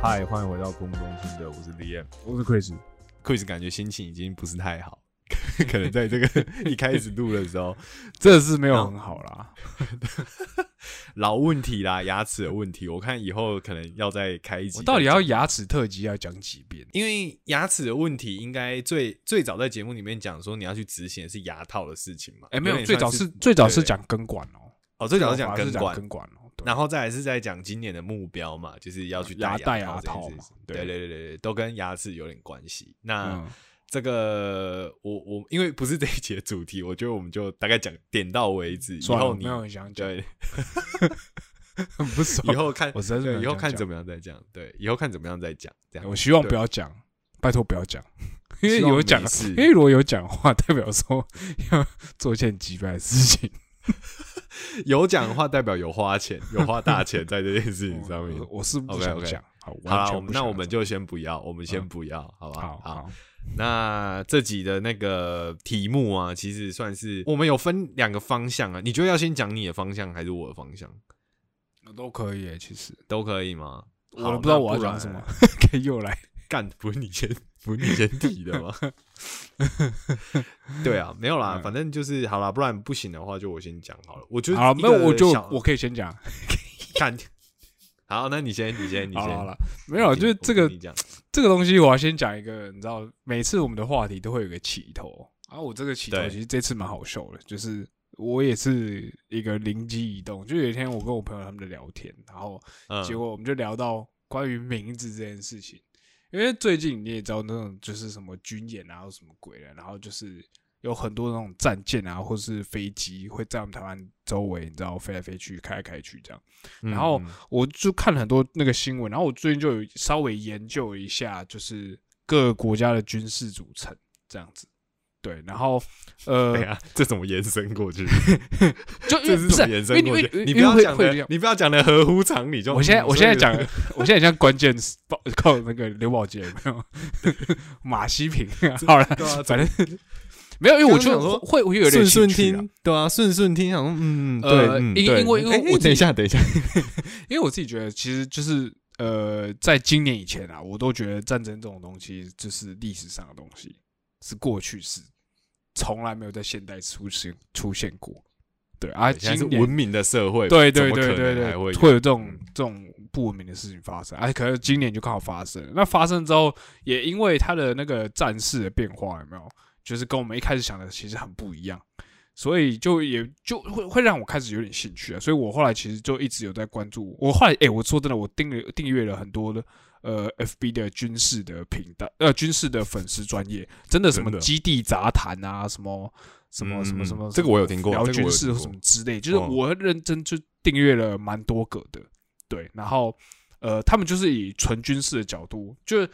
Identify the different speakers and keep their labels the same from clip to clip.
Speaker 1: 嗨，欢迎回到空中心的，我是 Liam，我是 Chris。Chris 感觉心情已经不是太好， 可能在这个 一开始录的时候，这是没有很好啦，老问题啦，牙齿的问题，我看以后可能要再开一集。
Speaker 2: 我到底要牙齿特辑要讲几遍？
Speaker 1: 因为牙齿的问题，应该最 最早在节目里面讲说你要去执行的是牙套的事情嘛？
Speaker 2: 哎、没有，
Speaker 1: 点
Speaker 2: 最
Speaker 1: 算
Speaker 2: 早是最早是
Speaker 1: 对
Speaker 2: 讲根管哦、
Speaker 1: 哦，最早是
Speaker 2: 反
Speaker 1: 讲
Speaker 2: 而
Speaker 1: 根管，
Speaker 2: 根管哦、对
Speaker 1: 然后再来是在讲今年的目标嘛，就是要去
Speaker 2: 牙戴
Speaker 1: 戴
Speaker 2: 牙套
Speaker 1: 这件
Speaker 2: 嘛
Speaker 1: 事情
Speaker 2: 对
Speaker 1: 对对对对对，都跟牙齿有点关系。那、
Speaker 2: 嗯
Speaker 1: 这个我我因为不是这一节主题，我觉得我们就大概讲点到为止。以
Speaker 2: 算了，
Speaker 1: 后
Speaker 2: 没
Speaker 1: 你
Speaker 2: 有很想讲，
Speaker 1: 对，
Speaker 2: 很 不熟。
Speaker 1: 以后看
Speaker 2: 我实在是没
Speaker 1: 对
Speaker 2: 有
Speaker 1: 以后看
Speaker 2: 想讲
Speaker 1: 怎么样再讲，对，以后看怎么样再讲，这样
Speaker 2: 我希望
Speaker 1: 对
Speaker 2: 不要讲，拜托不要讲， 因为
Speaker 1: 希望
Speaker 2: 有讲
Speaker 1: 没，事
Speaker 2: 因为如果有讲的话，代表说要做一件很击败的事 情。
Speaker 1: 有讲的话代表有花钱，有花大钱在这件事情上面
Speaker 2: 我。我是不
Speaker 1: OK，
Speaker 2: 想
Speaker 1: OK
Speaker 2: 讲，好，
Speaker 1: 好
Speaker 2: 完
Speaker 1: 啦，我
Speaker 2: 全
Speaker 1: 们
Speaker 2: 不
Speaker 1: 那
Speaker 2: 想
Speaker 1: 我们
Speaker 2: 讲
Speaker 1: 就先不要，我们先不要，好吧？
Speaker 2: 嗯好好，
Speaker 1: 那这集的那个题目啊，其实算是我们有分两个方向啊。你觉得要先讲你的方向还是我的方向？
Speaker 2: 都可以耶。其实
Speaker 1: 都可以吗？
Speaker 2: 我
Speaker 1: 好
Speaker 2: 都不知道
Speaker 1: 那
Speaker 2: 我要
Speaker 1: 不
Speaker 2: 讲
Speaker 1: 然
Speaker 2: 什么， 可以又来。
Speaker 1: 干，不是你先， 不是你先提的吗？ 对啊，没有啦，
Speaker 2: 嗯
Speaker 1: 反正就是好啦，不然不行的话就我先讲好了。我觉得
Speaker 2: 好，
Speaker 1: 一
Speaker 2: 没有，
Speaker 1: 个
Speaker 2: 我就
Speaker 1: 小
Speaker 2: 我可以先讲。
Speaker 1: 干。好，那你先，你先，你
Speaker 2: 好
Speaker 1: 先。
Speaker 2: 了好了，
Speaker 1: 你先，
Speaker 2: 没有，就是
Speaker 1: 我
Speaker 2: 这
Speaker 1: 听
Speaker 2: 个
Speaker 1: 你讲
Speaker 2: 这个东西，我要先讲一个，你知道，每次我们的话题都会有个起头啊。我这个起头
Speaker 1: 对
Speaker 2: 其实这次蛮好笑的，就是我也是一个灵机一动，就有一天我跟我朋友他们在聊天，然后
Speaker 1: 嗯，
Speaker 2: 结果我们就聊到关于名字这件事情，因为最近你也知道那种就是什么军演啊，或什么鬼的，然后就是有很多那种战舰啊，或是飞机会在我们台湾周围，你知道飞来飞去，开来开去这样。
Speaker 1: 嗯
Speaker 2: 然后呃
Speaker 1: 嗯
Speaker 2: 我就看了很多那个新闻，然后我最近就有稍微研究一下，就是各个国家的军事组成这样子。对，然后呃
Speaker 1: 等一，下， 这怎么延伸过去？
Speaker 2: 就因为
Speaker 1: 啊这
Speaker 2: 嗯不
Speaker 1: 是
Speaker 2: 是
Speaker 1: 怎
Speaker 2: 因
Speaker 1: 么
Speaker 2: 为
Speaker 1: 延伸过去？
Speaker 2: 因为
Speaker 1: 你
Speaker 2: 因
Speaker 1: 不
Speaker 2: 为
Speaker 1: 要
Speaker 2: 会
Speaker 1: 讲
Speaker 2: 会这
Speaker 1: 的
Speaker 2: 样，
Speaker 1: 你不要讲的合乎常理就。
Speaker 2: 我现在
Speaker 1: 嗯
Speaker 2: 我现在，讲
Speaker 1: 所以，
Speaker 2: 我现在很像关键词 报靠那个刘宝杰有没有？ 马西平 好了，
Speaker 1: 对啊，
Speaker 2: 反正 没有，因为我
Speaker 1: 刚刚
Speaker 2: 就
Speaker 1: 想说
Speaker 2: 会会会有 点
Speaker 1: 顺顺
Speaker 2: 兴趣啊
Speaker 1: 听，对啊，顺顺听，想说嗯，
Speaker 2: 呃
Speaker 1: 对，嗯
Speaker 2: 因
Speaker 1: 对
Speaker 2: 因为因为
Speaker 1: 哎
Speaker 2: 我自己
Speaker 1: 等一下，等 一下，
Speaker 2: 因为我自己觉得其实就是呃，在今年以前啊，我都觉得战争这种东西就是历史上的东西，是过去式，从来没有在现代出现出现过。对啊，
Speaker 1: 现在是
Speaker 2: 今
Speaker 1: 文
Speaker 2: 年
Speaker 1: 明的社会，
Speaker 2: 对对
Speaker 1: 怎么
Speaker 2: 对
Speaker 1: 可
Speaker 2: 对
Speaker 1: 能
Speaker 2: 对，
Speaker 1: 还会有
Speaker 2: 会有这种
Speaker 1: 嗯
Speaker 2: 这种不文明的事情发生，哎、可是今年就刚好发生了。那发生之后，也因为它的那个战事的变化，有没有，就是跟我们一开始想的其实很不一样，所以就也就会会让我开始有点兴趣啊。所以我后来其实就一直有在关注，我后来哎、我说真的，我订了订阅了很多的。呃，FB 的军事的频道，呃，军事的粉丝专业，真的什么
Speaker 1: 真的
Speaker 2: 基地杂谈啊，什么什么什么
Speaker 1: 嗯
Speaker 2: 什么，
Speaker 1: 这个我有听过
Speaker 2: 聊
Speaker 1: 这个我
Speaker 2: 军
Speaker 1: 有
Speaker 2: 事
Speaker 1: 听
Speaker 2: 或
Speaker 1: 过
Speaker 2: 什么之类，就是
Speaker 1: 哦
Speaker 2: 我认真就订阅了蛮多个的，对，然后呃，他们就是以纯军事的角度，就是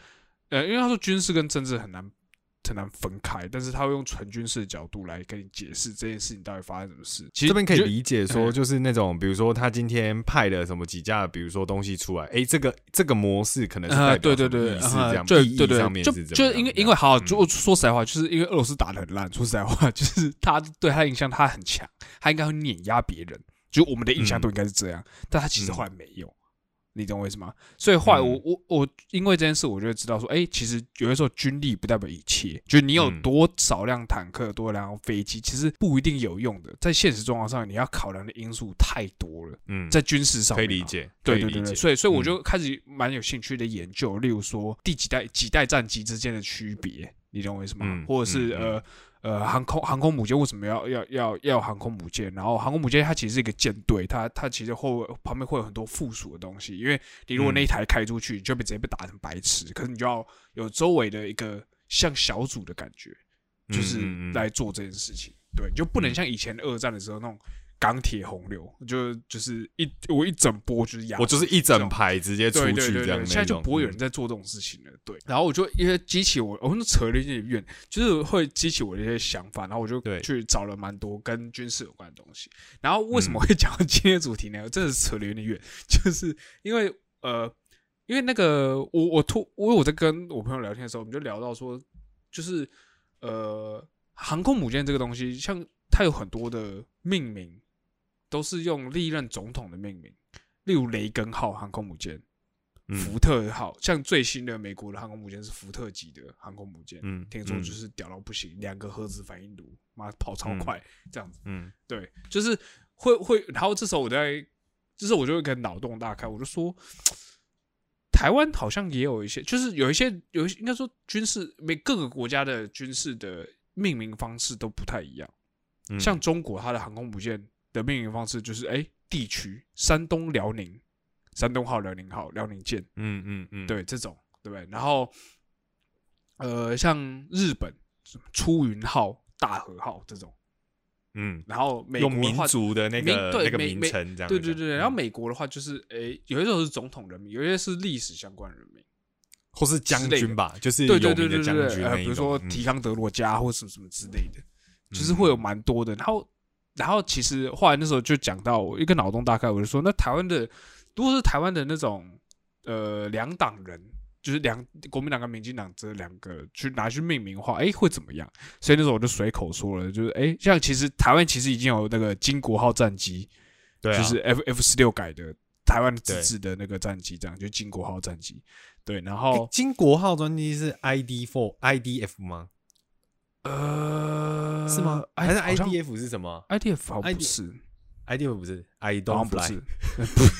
Speaker 2: 呃，因为他说军事跟政治很难很难分开，但是他会用纯军事的角度来跟你解释这件事情到底发生什么事。其实
Speaker 1: 这边可以
Speaker 2: 就
Speaker 1: 理解
Speaker 2: 嗯
Speaker 1: 说，就是那种比如说他今天派了什么几架，比如说东西出来，哎，这个这个模式可能是代
Speaker 2: 呃，
Speaker 1: 表
Speaker 2: 对
Speaker 1: 什
Speaker 2: 对
Speaker 1: 么
Speaker 2: 对，
Speaker 1: 意思
Speaker 2: 呃
Speaker 1: 这样，
Speaker 2: 对
Speaker 1: 意
Speaker 2: 对
Speaker 1: 义
Speaker 2: 对，
Speaker 1: 上面
Speaker 2: 就是
Speaker 1: 怎么
Speaker 2: 就是
Speaker 1: 样
Speaker 2: 因为
Speaker 1: 这
Speaker 2: 因
Speaker 1: 样
Speaker 2: 为
Speaker 1: 嗯
Speaker 2: 好，就说实在话，就是因为俄罗斯打的很烂，说实在话， 就是他对他印象他很强，他应该会碾压别人，就我们的印象
Speaker 1: 嗯
Speaker 2: 都应该是这样，但他其实
Speaker 1: 嗯
Speaker 2: 后来没有，你懂我意思吗？所以后来我、
Speaker 1: 嗯
Speaker 2: 我我因为这件事，我就会知道说，哎、其实有的时候军力不代表一切，就是你有
Speaker 1: 嗯
Speaker 2: 多少辆坦克、多少辆飞机，其实不一定有用的，在现实状况上，你要考量的因素太多了，
Speaker 1: 嗯，
Speaker 2: 在军事上
Speaker 1: 可以
Speaker 2: 面
Speaker 1: 理
Speaker 2: 啊
Speaker 1: 解，可
Speaker 2: 对
Speaker 1: 以
Speaker 2: 对
Speaker 1: 理
Speaker 2: 对对，
Speaker 1: 解，
Speaker 2: 所以所以
Speaker 1: 嗯
Speaker 2: 我就开始蛮有兴趣的研究，例如说第几代几代战机之间的区别，你懂我意思吗？
Speaker 1: 嗯
Speaker 2: 或者是、
Speaker 1: 嗯
Speaker 2: 呃呃航空航空母舰为什么要要要要航空母舰？然后航空母舰它其实是一个舰队，它它其实后旁边会有很多附属的东西，因为你如果
Speaker 1: 嗯
Speaker 2: 那一台开出去，你就被直接被打成白痴，可是你就要有周围的一个像小组的感觉，
Speaker 1: 嗯
Speaker 2: 就是
Speaker 1: 嗯嗯嗯
Speaker 2: 来做这件事情。对，就不能像以前二战的时候那种钢铁洪流，就就是一我一整波就是压，
Speaker 1: 我就是一整排直接出
Speaker 2: 对对
Speaker 1: 去
Speaker 2: 对
Speaker 1: 这样那种。嗯
Speaker 2: 对，现在就不会有人在做这种事情了。对，然后我就因为激起我，我们扯了一点远，就是会激起我的一些想法，然后我就
Speaker 1: 对
Speaker 2: 去找了蛮多跟军事有关的东西。然后为什
Speaker 1: 嗯
Speaker 2: 么会讲到今天的主题呢？真的是扯得有点远，就是因为呃，因为那个我我突因为我在跟我朋友聊天的时候，我们就聊到说，就是呃，航空母舰这个东西，像它有很多的命名都是用历任总统的命名，例如雷根号航空母舰。
Speaker 1: 嗯
Speaker 2: 福特号，像最新的美国的航空母舰是福特级的航空母舰，
Speaker 1: 嗯，
Speaker 2: 听说
Speaker 1: 嗯
Speaker 2: 就是屌到不行，两个核子反应炉，妈跑超
Speaker 1: 嗯
Speaker 2: 快，这样子。
Speaker 1: 嗯
Speaker 2: 对，就是会会，然后这时候我在，这时候我就会跟脑洞大开，我就说，台湾好像也有一些，就是有一些有一些应该说军事每各个国家的军事的命名方式都不太一样，
Speaker 1: 嗯
Speaker 2: 像中国它的航空母舰的命名方式就是哎、地区，山东辽宁，山东号辽宁号辽宁舰。
Speaker 1: 嗯嗯嗯，
Speaker 2: 对这种，对不对？然后，呃，像日本什么出云号、大和号这种，
Speaker 1: 嗯，
Speaker 2: 然后美国
Speaker 1: 用
Speaker 2: 的
Speaker 1: 民
Speaker 2: 话，
Speaker 1: 族的那
Speaker 2: 民
Speaker 1: 个
Speaker 2: 对
Speaker 1: 那个
Speaker 2: 美
Speaker 1: 名
Speaker 2: 美
Speaker 1: 称这样子讲。
Speaker 2: 对对对，然后
Speaker 1: 嗯
Speaker 2: 美国的话就是，诶，有些时候是总统人名，有些是历史相关人名，
Speaker 1: 或是将
Speaker 2: 之类的
Speaker 1: 军吧，就是
Speaker 2: 对
Speaker 1: 有名
Speaker 2: 对对对
Speaker 1: 的将
Speaker 2: 对
Speaker 1: 军
Speaker 2: 对，
Speaker 1: 那
Speaker 2: 呃，
Speaker 1: 一
Speaker 2: 比如
Speaker 1: 种
Speaker 2: 说
Speaker 1: 嗯
Speaker 2: 提康德罗加或什么什么之类的，就是
Speaker 1: 嗯
Speaker 2: 会有蛮多的。然后，然后其实后来那时候就讲到我一个脑洞大开，我就说，那台湾的如果是台湾的那种呃两党人，就是两国民党跟民进党这两个去拿去命名的话，哎、会怎么样？所以那时候我就随口说了，就是哎、诶像其实台湾其实已经有那个金国号战机，
Speaker 1: 对啊，
Speaker 2: 就是 F F 十六改的台湾自
Speaker 1: 对
Speaker 2: 制的那个战机，这样就金国号战机。对，然
Speaker 1: 诶
Speaker 2: 后
Speaker 1: 金国号专机是 ID Four IDF 吗？
Speaker 2: 呃，
Speaker 1: 是吗？
Speaker 2: 哎
Speaker 1: 还是
Speaker 2: 好像
Speaker 1: IDF 是什么
Speaker 2: IDF 好像
Speaker 1: ID
Speaker 2: 不是，
Speaker 1: ？IDF 不是，I
Speaker 2: 好
Speaker 1: don't
Speaker 2: 像不
Speaker 1: fly，
Speaker 2: 是。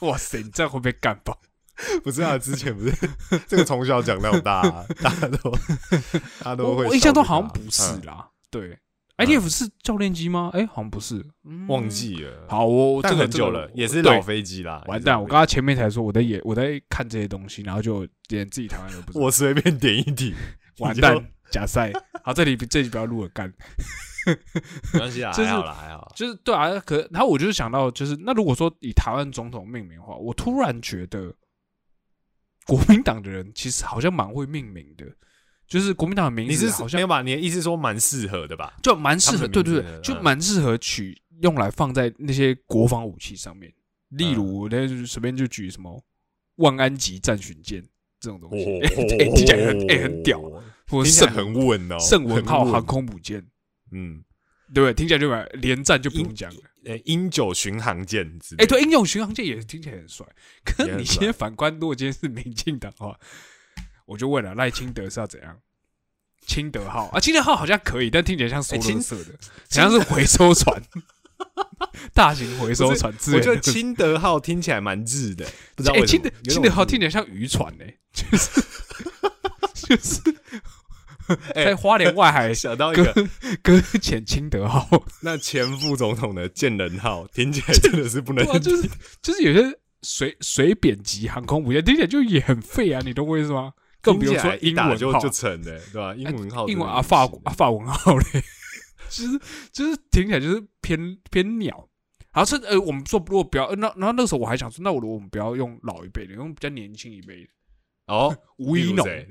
Speaker 2: 哇塞，你这样会被干 爆！
Speaker 1: 不是啊，之前不是 这个从小讲到大啊， 大家都大家
Speaker 2: 我我印象中好像不
Speaker 1: 嗯
Speaker 2: 是啦。对，IDF 是教练机吗？哎，好像不是，嗯
Speaker 1: 忘。记了，
Speaker 2: 好，我我
Speaker 1: 但
Speaker 2: 这个
Speaker 1: 很久了，也是老。飞机啦
Speaker 2: 这。个对完
Speaker 1: 也是老
Speaker 2: 蛋！我
Speaker 1: 飞
Speaker 2: 刚刚前面才说我在也我在看这些东西，然后就连自己台湾都不知道。
Speaker 1: 我随便点一题，
Speaker 2: 完
Speaker 1: 你就
Speaker 2: 蛋，假赛。好，这里这里不要录了，干。
Speaker 1: 没关系啦，
Speaker 2: 就是
Speaker 1: 还好啦，还好。
Speaker 2: 就是对啊，可然后我就是想到，就是那如果说以台湾总统命名的话，我突然觉得国民党的人其实好像蛮会命名的，就是国民党的名
Speaker 1: 你
Speaker 2: 字
Speaker 1: 是
Speaker 2: 好
Speaker 1: 没
Speaker 2: 像
Speaker 1: 有吧？你的意思说蛮适合的吧？
Speaker 2: 就蛮适合，
Speaker 1: 他们的
Speaker 2: 对
Speaker 1: 名字
Speaker 2: 对对，
Speaker 1: 嗯
Speaker 2: 就蛮适合取用来放在那些国防武器上面，例如我那就随便就举什么万安级战巡舰这种东西， 哎， 听起来很哎很屌，或
Speaker 1: 哦听
Speaker 2: 者
Speaker 1: 起来
Speaker 2: 圣
Speaker 1: 很稳哦。
Speaker 2: 圣文号
Speaker 1: 很稳
Speaker 2: 航，空母舰，
Speaker 1: 嗯，
Speaker 2: 对不对？听起来就蛮连战就不用讲了。
Speaker 1: 呃，英九巡航舰之类
Speaker 2: 哎、
Speaker 1: 的
Speaker 2: 对，英勇巡航舰也听起来很帅。可
Speaker 1: 也
Speaker 2: 是
Speaker 1: 很
Speaker 2: 你今天反观，如果今天是民进党的话，我就问了赖清德是要怎样？清德号啊，清德号好像可以，但听起来像收
Speaker 1: 哎清
Speaker 2: 垃圾的，好像是回收船， 大型回收
Speaker 1: 不是
Speaker 2: 船之 类
Speaker 1: 我觉得
Speaker 2: 的。
Speaker 1: 清德号听起来蛮日的，不知道
Speaker 2: 哎、
Speaker 1: 为什
Speaker 2: 清
Speaker 1: 么。
Speaker 2: 德
Speaker 1: 有
Speaker 2: 清德
Speaker 1: 种
Speaker 2: 号
Speaker 1: 日
Speaker 2: 听起来像渔船呢、 就是就是
Speaker 1: 哎
Speaker 2: 在花莲外海
Speaker 1: 想到一
Speaker 2: 搁
Speaker 1: 个，
Speaker 2: 搁浅清德号，
Speaker 1: 那前副总统的建人号听起来真 的是不能
Speaker 2: 对啊，就是就是有些水水扁级航空母舰听起来就也很废啊，你懂我意思吗？更不用
Speaker 1: 听起
Speaker 2: 说
Speaker 1: 来
Speaker 2: 英
Speaker 1: 一打
Speaker 2: 文
Speaker 1: 就
Speaker 2: 号哎
Speaker 1: 就成的，对吧？英文号真的不行，
Speaker 2: 英文啊法啊法文号嘞， 就是就是听起来就是偏偏鸟。然后甚呃，我们说如果不要，呃那然后那时候我还想说，那我我们不要用老一辈的，用比较年轻一辈的
Speaker 1: 哦，
Speaker 2: 吴怡农，
Speaker 1: 对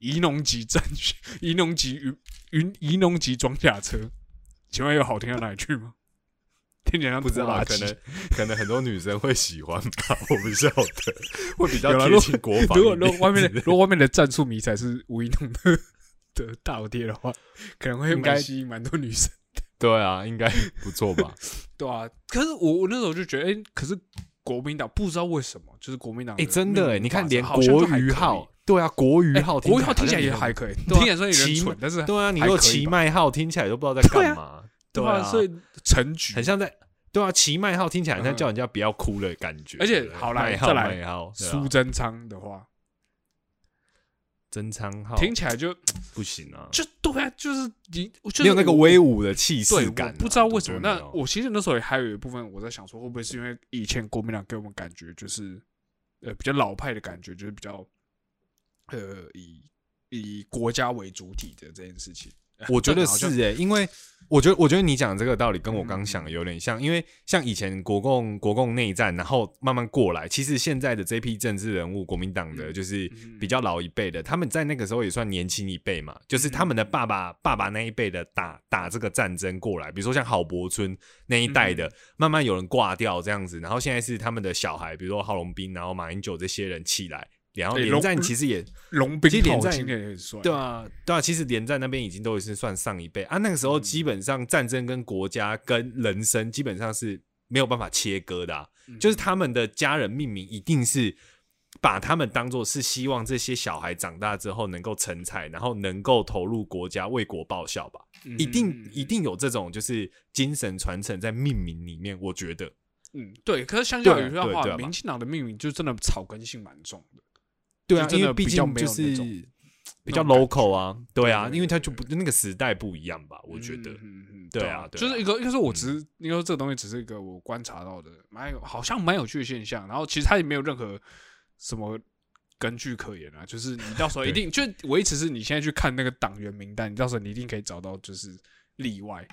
Speaker 2: 宜农级战区，宜农级云云 宜农级装甲车，请问有好听到哪里去吗？听起来 像
Speaker 1: 不知道
Speaker 2: 拖
Speaker 1: 啊，
Speaker 2: 拉
Speaker 1: 可
Speaker 2: 机
Speaker 1: 能 可能很多女生会喜欢吧，我不晓 得，会比
Speaker 2: 有啦
Speaker 1: 较
Speaker 2: 如
Speaker 1: 贴
Speaker 2: 果
Speaker 1: 近国防一点。
Speaker 2: 如果如果外面的如果外面的战术迷才是吴一农的 的大头贴的话，可能会
Speaker 1: 应该
Speaker 2: 蛮吸引蛮多女生。
Speaker 1: 对啊，应该不错吧？
Speaker 2: 对啊，可是我我那时候就觉得，哎、可是国民党不知道为什么，就是国民党
Speaker 1: 哎，真的哎，
Speaker 2: 哎，
Speaker 1: 你看连
Speaker 2: 好像就
Speaker 1: 国
Speaker 2: 还可以
Speaker 1: 语号，，对啊，国语
Speaker 2: 哎
Speaker 1: 号，
Speaker 2: 国语号听起来也
Speaker 1: 好像
Speaker 2: 还可以，
Speaker 1: 对啊
Speaker 2: 听起来虽然有点
Speaker 1: 骑
Speaker 2: 蠢，但是
Speaker 1: 对啊，你
Speaker 2: 哎还
Speaker 1: 说
Speaker 2: 可以
Speaker 1: 奇
Speaker 2: 吧
Speaker 1: 迈号听起来都不知道在
Speaker 2: 对啊
Speaker 1: 干嘛，
Speaker 2: 啊，所以成局
Speaker 1: 很像在对啊，奇迈号听起来很像叫人家不要哭的感觉。
Speaker 2: 嗯而且
Speaker 1: 对不对
Speaker 2: 好来
Speaker 1: 迈号
Speaker 2: 再来
Speaker 1: 迈号对啊
Speaker 2: 苏贞昌的话，
Speaker 1: 贞昌号
Speaker 2: 听起来就
Speaker 1: 不行啊，
Speaker 2: 就对啊，就是你就是
Speaker 1: 没有那个
Speaker 2: 我
Speaker 1: 威武的气
Speaker 2: 对，
Speaker 1: 势
Speaker 2: 我
Speaker 1: 感啊，
Speaker 2: 不知道为什么
Speaker 1: 对。没
Speaker 2: 那
Speaker 1: 有
Speaker 2: 我其实那时候也还有一部分我在想说，会不会是因为以前国民党给我们感觉就是呃比较老派的感觉，就是比较呃以以国家为主体的这件事情。
Speaker 1: 我觉得
Speaker 2: 这个好像
Speaker 1: 是诶、因为我觉得我觉得你讲这个道理跟我刚想的有点像，因为像以前国共国共内战，然后慢慢过来，其实现在的这批政治人物，国民党的
Speaker 2: 嗯
Speaker 1: 就是
Speaker 2: 嗯
Speaker 1: 比较老一辈的，他们在那个时候也算年轻一辈嘛，就是
Speaker 2: 嗯
Speaker 1: 他们的爸爸爸爸那一辈的打打这个战争过来，比如说像郝柏村那一代
Speaker 2: 嗯
Speaker 1: 的，慢慢有人挂掉这样子，然后现在是他们的小孩，比如说郝龙斌，然后马英九这些人起来。然后
Speaker 2: 对
Speaker 1: 连
Speaker 2: 龙
Speaker 1: 战其实也
Speaker 2: 龙
Speaker 1: 其
Speaker 2: 兵
Speaker 1: 实连
Speaker 2: 炮
Speaker 1: 在
Speaker 2: 今天也很帅，
Speaker 1: 对啊，对啊，其实连战那边已经都是算上一辈啊。那个时候基本上战争跟国家跟人生基本上是没有办法切割的、啊，
Speaker 2: 嗯，
Speaker 1: 就是他们的家人命名一定是把他们当做是希望这些小孩长大之后能够成才，然后能够投入国家为国报效吧。
Speaker 2: 嗯
Speaker 1: 一定一，定有这种就是精神传承在命名里面，我觉得
Speaker 2: 嗯，对。可是相较
Speaker 1: 对啊
Speaker 2: 于的
Speaker 1: 对对
Speaker 2: 话，
Speaker 1: 吧
Speaker 2: 民进党的命运就真的草根性蛮重的。
Speaker 1: 对啊，
Speaker 2: 就真
Speaker 1: 因
Speaker 2: 的
Speaker 1: 为毕
Speaker 2: 比较
Speaker 1: 竟
Speaker 2: 没
Speaker 1: 就
Speaker 2: 有
Speaker 1: 是
Speaker 2: 那种
Speaker 1: 比较
Speaker 2: 那种感
Speaker 1: local 啊，对啊，
Speaker 2: 对对
Speaker 1: 因为他
Speaker 2: 对
Speaker 1: 就不那个时代不一样吧，我觉得。
Speaker 2: 嗯嗯嗯
Speaker 1: 对啊对啊
Speaker 2: 就是一个，就是我只是，因为这个东西只是一个我观察到的，蛮有，好像蛮有趣的现象。然后其实它也没有任何什么根据可言啊，就是你 到时候一定，就维持是你现在去看那个党员名单，你到时候你一定可以找到就是例外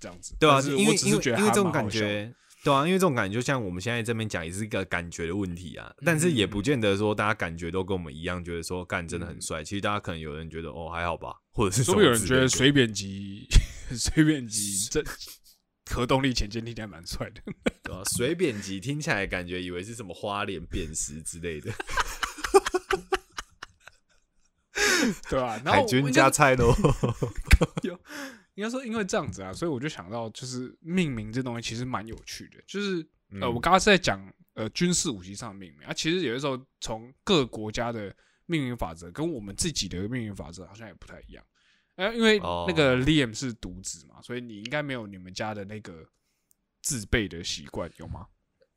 Speaker 2: 这样子。
Speaker 1: 对啊，
Speaker 2: 但是
Speaker 1: 因为
Speaker 2: 我只
Speaker 1: 因
Speaker 2: 是
Speaker 1: 为
Speaker 2: 觉得
Speaker 1: 因为
Speaker 2: 还
Speaker 1: 这种
Speaker 2: 蛮好
Speaker 1: 感
Speaker 2: 笑的，
Speaker 1: 觉，对啊，因为这种感觉，就像我们现在这边讲，也是一个感觉的问题啊。但是
Speaker 2: 嗯
Speaker 1: 也不见得说大家感觉都跟我们一样，觉得说干真的很帅。其实大家可能有人觉得哦还好吧，或者是
Speaker 2: 说
Speaker 1: 什
Speaker 2: 不定有
Speaker 1: 么
Speaker 2: 人
Speaker 1: 之
Speaker 2: 觉
Speaker 1: 类
Speaker 2: 得
Speaker 1: 的
Speaker 2: 水扁 级水扁级这核动力前进力还蛮帅的。
Speaker 1: 对啊水扁级听起来感觉以为是什么花脸扁食之类的，
Speaker 2: 对啊，然后
Speaker 1: 海
Speaker 2: 我
Speaker 1: 军
Speaker 2: 应该
Speaker 1: 加菜喽。
Speaker 2: 应该说因为这样子啊，所以我就想到，就是命名这东西其实蛮有趣的。就是呃，
Speaker 1: 嗯
Speaker 2: 我刚刚是在讲呃军事武器上的命名啊，其实有的时候从各国家的命名法则跟我们自己的命名法则好像也不太一样。呃，因为
Speaker 1: 哦
Speaker 2: 那个 Liam 是独子嘛，所以你应该没有你们家的那个自备的习惯，有吗？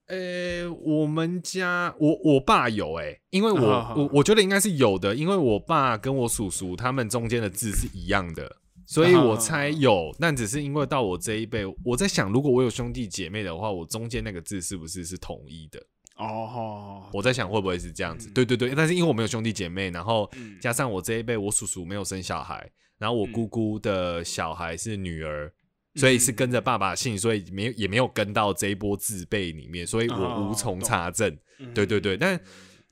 Speaker 1: 呃、我们家我我爸有哎、因为我、
Speaker 2: 啊
Speaker 1: 我我觉得应该是有的，因为我爸跟我叔叔他们中间的字是一样的，所以我猜有，但只是因为到我这一辈，我在想，如果我有兄弟姐妹的话，我中间那个字是不是是统一的？
Speaker 2: 哦，
Speaker 1: 我在想会不会是这样子？
Speaker 2: 嗯
Speaker 1: 对对对，但是因为我没有兄弟姐妹，然后
Speaker 2: 嗯
Speaker 1: 加上我这一辈，我叔叔没有生小孩，然后我姑姑的小孩是女儿，所以
Speaker 2: 嗯
Speaker 1: 是跟着爸爸姓，所以没有也没有跟到这一波字辈里面，所以我
Speaker 2: 哦
Speaker 1: 无从查证。对对对，但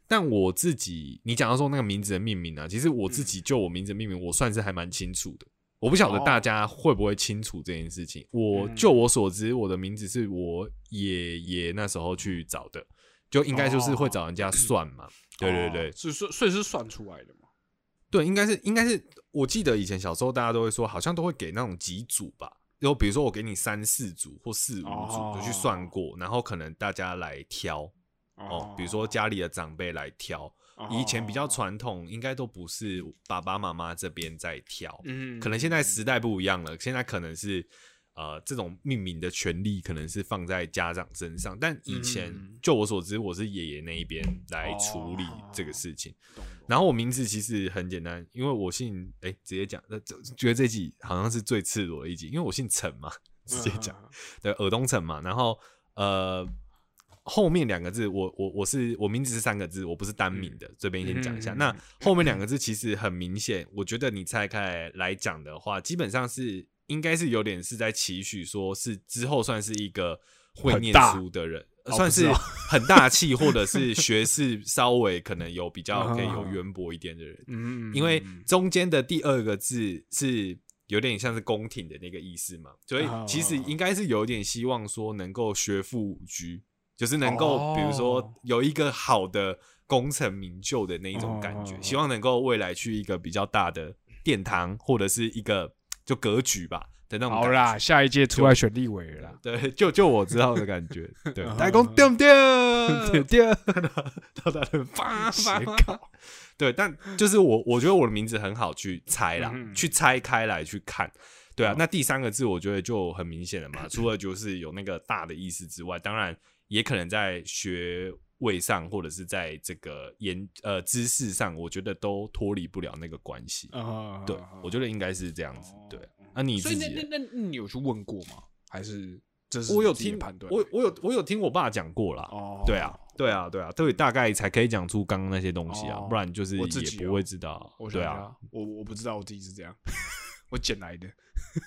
Speaker 1: 但我自己，你讲到说那个名字的命名啊，其实我自己就我名字命名，我算是还蛮清楚的。我不晓得
Speaker 2: 嗯哦
Speaker 1: 大家会不会清楚这件事情。我
Speaker 2: 嗯
Speaker 1: 就我所知，我的名字是我爷爷那时候去找的，就应该就是会找人家算 嘛。对对对
Speaker 2: 哦，是所以所以是算出来的嘛？
Speaker 1: 对，应该是应该是，我记得以前小时候大家都会说，好像都会给那种几组吧，就比如说我给你三四组或四五组
Speaker 2: 哦
Speaker 1: 的去算过，然后可能大家来挑哦，比如说家里的长辈来挑。以前比较
Speaker 2: 传，
Speaker 1: 传统，应该都不是爸爸妈妈这边在挑，
Speaker 2: 嗯
Speaker 1: 可能现在时代不一样了，现在可能是呃这种命名的权利可能是放在家长身上，但以前、
Speaker 2: 嗯
Speaker 1: 就我所知，我是爷爷那一边来处理这
Speaker 2: 哦
Speaker 1: 个事情。
Speaker 2: 懂懂
Speaker 1: 然后我名字其实很简单，因为我姓哎、直接讲，那这觉得这集好像是最赤裸的一集，因为我姓陈嘛，直接讲。
Speaker 2: 嗯
Speaker 1: 对，尔东城嘛，然后呃，后面两个字，我我我是我名字是三个字，我不是单名的，这边先讲一下。
Speaker 2: 嗯
Speaker 1: 那后面两个字其实很明显，我觉得你拆开来讲的话，基本上是应该是有点是在期许，说是之后算是一个会
Speaker 2: 很
Speaker 1: 念
Speaker 2: 大
Speaker 1: 书的人。
Speaker 2: 哦
Speaker 1: 算
Speaker 2: 不是
Speaker 1: 是
Speaker 2: 哦
Speaker 1: 很大气，或者是学识稍微可能有比 较可以有
Speaker 2: 嗯
Speaker 1: 渊博一点的人，
Speaker 2: 嗯，
Speaker 1: 因为
Speaker 2: 嗯
Speaker 1: 中间的第二个字是有点像是宫廷的那个意思嘛，所以
Speaker 2: 啊
Speaker 1: 其实应该是有点希望说能够学富五车，就是能够
Speaker 2: 哦
Speaker 1: 比如说有一个好的功成名就的那一种感觉
Speaker 2: 哦，
Speaker 1: 希望能够未来去一个比较大的殿堂或者是一个就格局吧的那种
Speaker 2: 好
Speaker 1: 感觉。
Speaker 2: 啦，下一届出来选立委了啦。
Speaker 1: 对，就就我知道的感觉， 对，
Speaker 2: 啊
Speaker 1: 台公掉不 掉
Speaker 2: 对对，
Speaker 1: 到达了叭叭
Speaker 2: 斜
Speaker 1: 叭。 对，但就是我，我觉得我的名字很好去猜啦，
Speaker 2: 嗯
Speaker 1: 去拆开来去看。对啊
Speaker 2: 哦，
Speaker 1: 那第三个字我觉得就很明显了 嘛，除了就是有那个大的意思之外，当然也可能在学位上或者是在这个研呃知识上，我觉得都脱离不了那个关系。
Speaker 2: 啊，哦
Speaker 1: 对，我觉得应该是这样子。对，哦那、你
Speaker 2: 所
Speaker 1: 自
Speaker 2: 以
Speaker 1: 己
Speaker 2: 那
Speaker 1: 耶
Speaker 2: 那那那你有去问过吗？还是这是
Speaker 1: 我有
Speaker 2: 你自己
Speaker 1: 听
Speaker 2: 的判断？
Speaker 1: 我我有我有听我爸讲过啦。
Speaker 2: 哦，
Speaker 1: 对啊，对啊，对啊，对，大概才可以讲出刚刚那些东西啊，
Speaker 2: 哦
Speaker 1: 不然就是
Speaker 2: 我自己
Speaker 1: 也不
Speaker 2: 哦
Speaker 1: 会知道。
Speaker 2: 我想
Speaker 1: 对
Speaker 2: 一
Speaker 1: 啊，
Speaker 2: 下，我我不知道我弟是这样， 我捡来的，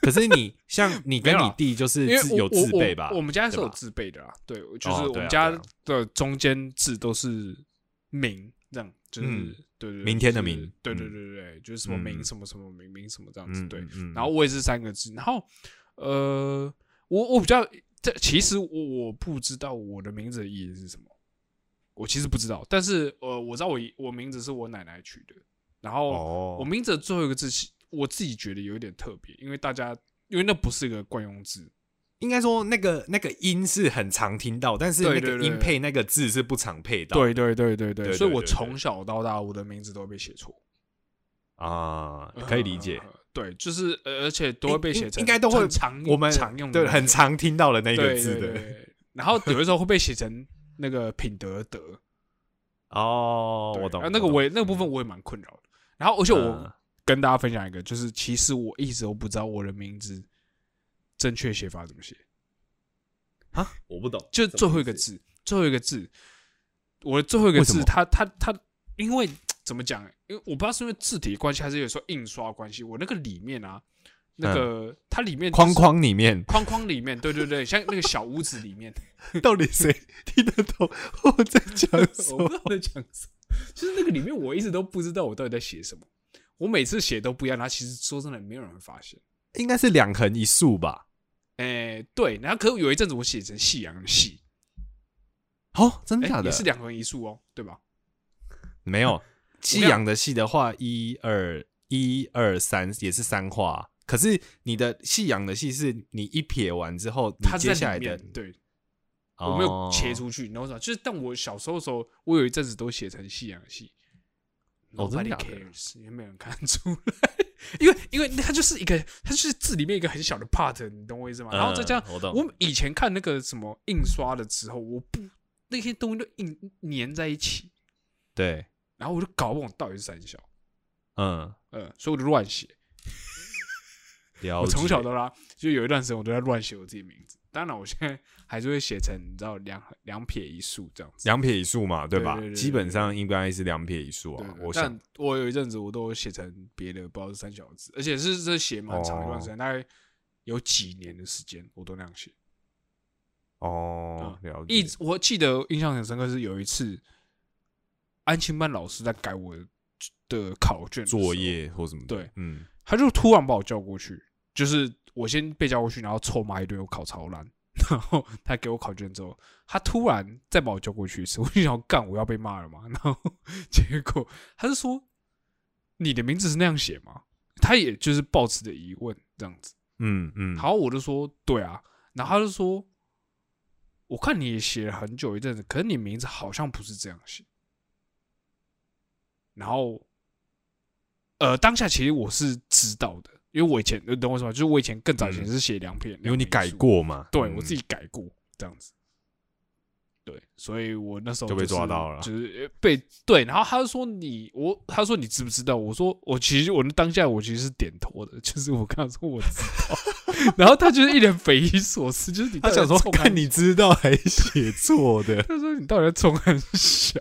Speaker 1: 可是你像你跟
Speaker 2: 没有
Speaker 1: 你
Speaker 2: 啦
Speaker 1: 弟就是
Speaker 2: 因为
Speaker 1: 自
Speaker 2: 我
Speaker 1: 有
Speaker 2: 我
Speaker 1: 自备吧
Speaker 2: 我？我们家是
Speaker 1: 对
Speaker 2: 有
Speaker 1: 吧
Speaker 2: 自备的啦，对，就
Speaker 1: 哦
Speaker 2: 是我
Speaker 1: 对啊
Speaker 2: 们家
Speaker 1: 对啊
Speaker 2: 的中间字都是名这样，就是
Speaker 1: 嗯
Speaker 2: 对对对，
Speaker 1: 明天的
Speaker 2: 就是
Speaker 1: 明
Speaker 2: 对
Speaker 1: 嗯
Speaker 2: 对对对，就是什么
Speaker 1: 嗯
Speaker 2: 名
Speaker 1: 嗯
Speaker 2: 什么什么名名什么这样子，对，
Speaker 1: 嗯
Speaker 2: 然后我也是三个字，然后呃，我我比较这其实我我不知道我的名字的意义是什么，我其实不知道，但是呃，我知道我我名字是我奶奶取的，然后
Speaker 1: 哦，
Speaker 2: 我名字的最后一个字其，我自己觉得有一点特别，因为大家因为那不是一个惯用字，
Speaker 1: 应该说那个那个音是很常听到，但是
Speaker 2: 对
Speaker 1: 那个
Speaker 2: 对对
Speaker 1: 音配那个字是不常配到。
Speaker 2: 对对对对对，
Speaker 1: 对
Speaker 2: 所以
Speaker 1: 对
Speaker 2: 我
Speaker 1: 对
Speaker 2: 从小到大我的名字都会被写错，
Speaker 1: 啊，可以理
Speaker 2: 呃
Speaker 1: 解。。
Speaker 2: 对，就是呃而且都会被
Speaker 1: 应
Speaker 2: 写
Speaker 1: 应
Speaker 2: 成
Speaker 1: 应该都会
Speaker 2: 很常
Speaker 1: 我们
Speaker 2: 常用的
Speaker 1: 对
Speaker 2: 那
Speaker 1: 很
Speaker 2: 种
Speaker 1: 常听到的那个
Speaker 2: 对
Speaker 1: 字
Speaker 2: 对
Speaker 1: 的
Speaker 2: 对，然后有的时候会被写成那个品德德，
Speaker 1: 哦，
Speaker 2: 对
Speaker 1: 我懂
Speaker 2: 啊。那个
Speaker 1: 懂
Speaker 2: 我也那个部分我也蛮困扰的。然后，而且
Speaker 1: 嗯
Speaker 2: 我跟大家分享一个，就是其实我一直都不知道我的名字正确写法怎么写，
Speaker 1: 啊，我不懂，
Speaker 2: 就
Speaker 1: 什么
Speaker 2: 最后一个
Speaker 1: 意思
Speaker 2: 字，最后一个字，我的最后一个
Speaker 1: 为什
Speaker 2: 字
Speaker 1: 么，
Speaker 2: 它它它，因为怎么讲？因为我不知道是因为字体的关系，还是有时候印刷的关系，我那个里面啊，那个它里面就是
Speaker 1: 嗯框框里面
Speaker 2: 框框里面，对对对，像那个小屋子里面。
Speaker 1: 到底谁听得懂 我在讲什
Speaker 2: 我
Speaker 1: 么
Speaker 2: 不知？道我在讲什么，就是那个里面我一直都不知道我到底在写什么。我每次写都不一样，然后其实说真的，没有人发现。
Speaker 1: 应该是两横一竖吧？
Speaker 2: 哎、对，然后可有一阵子我写成夕阳的夕，
Speaker 1: 哦，真
Speaker 2: 哎、
Speaker 1: 的假
Speaker 2: 也
Speaker 1: 的？
Speaker 2: 是两横一竖哦，对吧？
Speaker 1: 没有西
Speaker 2: 我跟你
Speaker 1: 洋的戏的话，一二一二三也是三画。可是你的西洋的戏是你一撇完之后，你
Speaker 2: 它
Speaker 1: 接
Speaker 2: 是
Speaker 1: 下
Speaker 2: 在
Speaker 1: 来
Speaker 2: 里
Speaker 1: 的
Speaker 2: 面，对，我没有切
Speaker 1: 哦。
Speaker 2: 出去，你懂我意思吗？就是，但我小时候的时候，我有一阵子都写成夕阳的夕。
Speaker 1: 哦真
Speaker 2: Nobody
Speaker 1: 的假的
Speaker 2: cares，也没有人看出来， 因为因为它就是一个，它就是字里面一个很小的 part，你懂我意思吗？然后再加上
Speaker 1: 嗯我懂，
Speaker 2: 我以前看那个什么印刷的时候，我不那些东西都印粘在一起，
Speaker 1: 对，
Speaker 2: 然后我就搞不懂到底是三小，
Speaker 1: 嗯，
Speaker 2: 嗯，所以我就乱写。
Speaker 1: 了
Speaker 2: 我
Speaker 1: 解
Speaker 2: 从小到大就有一段时间我都在乱写我自己名字，当然我现在还是会写成你知道两两撇一竖这样子。
Speaker 1: 两撇一竖嘛，对吧？
Speaker 2: 对对对
Speaker 1: 基本上应该是两撇一竖
Speaker 2: 对
Speaker 1: 啊，，
Speaker 2: 对
Speaker 1: 我想
Speaker 2: 但我有一阵子我都写成别的，不知道是三小字，而且是这写蛮长一段时间，大概有几年的时间我都那样写。
Speaker 1: 哦，
Speaker 2: 嗯
Speaker 1: 了解，
Speaker 2: 一直我记得印象很深刻是有一次，安亲班老师在改我的考卷的时候
Speaker 1: 作，业或什么的，
Speaker 2: 对，
Speaker 1: 嗯，
Speaker 2: 他就突然把我叫过去，就是我先被叫过去，然后臭骂一顿，我考超烂， 然后他给我考卷之后，他突然再把我叫过去一次，我就想干我要被骂了嘛， 然后结果他是说你的名字是那样写吗？他也就是抱持的疑问这样子。
Speaker 1: 嗯嗯，
Speaker 2: 然后我就说对啊，然后他就说，我看你也写了很久一阵子，可是你名字好像不是这样写。然后，呃，当下其实我是知道的，因为我以前你懂我意思吗？就是我以前更早以前是写两篇，
Speaker 1: 嗯因为你
Speaker 2: 两篇
Speaker 1: 改
Speaker 2: 书，
Speaker 1: 过嘛，
Speaker 2: 对
Speaker 1: 嗯
Speaker 2: 我自己改过这样子。对，所以我那时候
Speaker 1: 就被
Speaker 2: 是
Speaker 1: 抓到了
Speaker 2: 就是呃被对。然后他就说你我，他说你知不知道？我说我其实我那当下我其实是点头的，就是我刚说我知道， 然后他就是一脸匪夷所思，就是你
Speaker 1: 他 想说，看
Speaker 2: 看，，
Speaker 1: 你知道还写错的
Speaker 2: 他说你到底在冲很小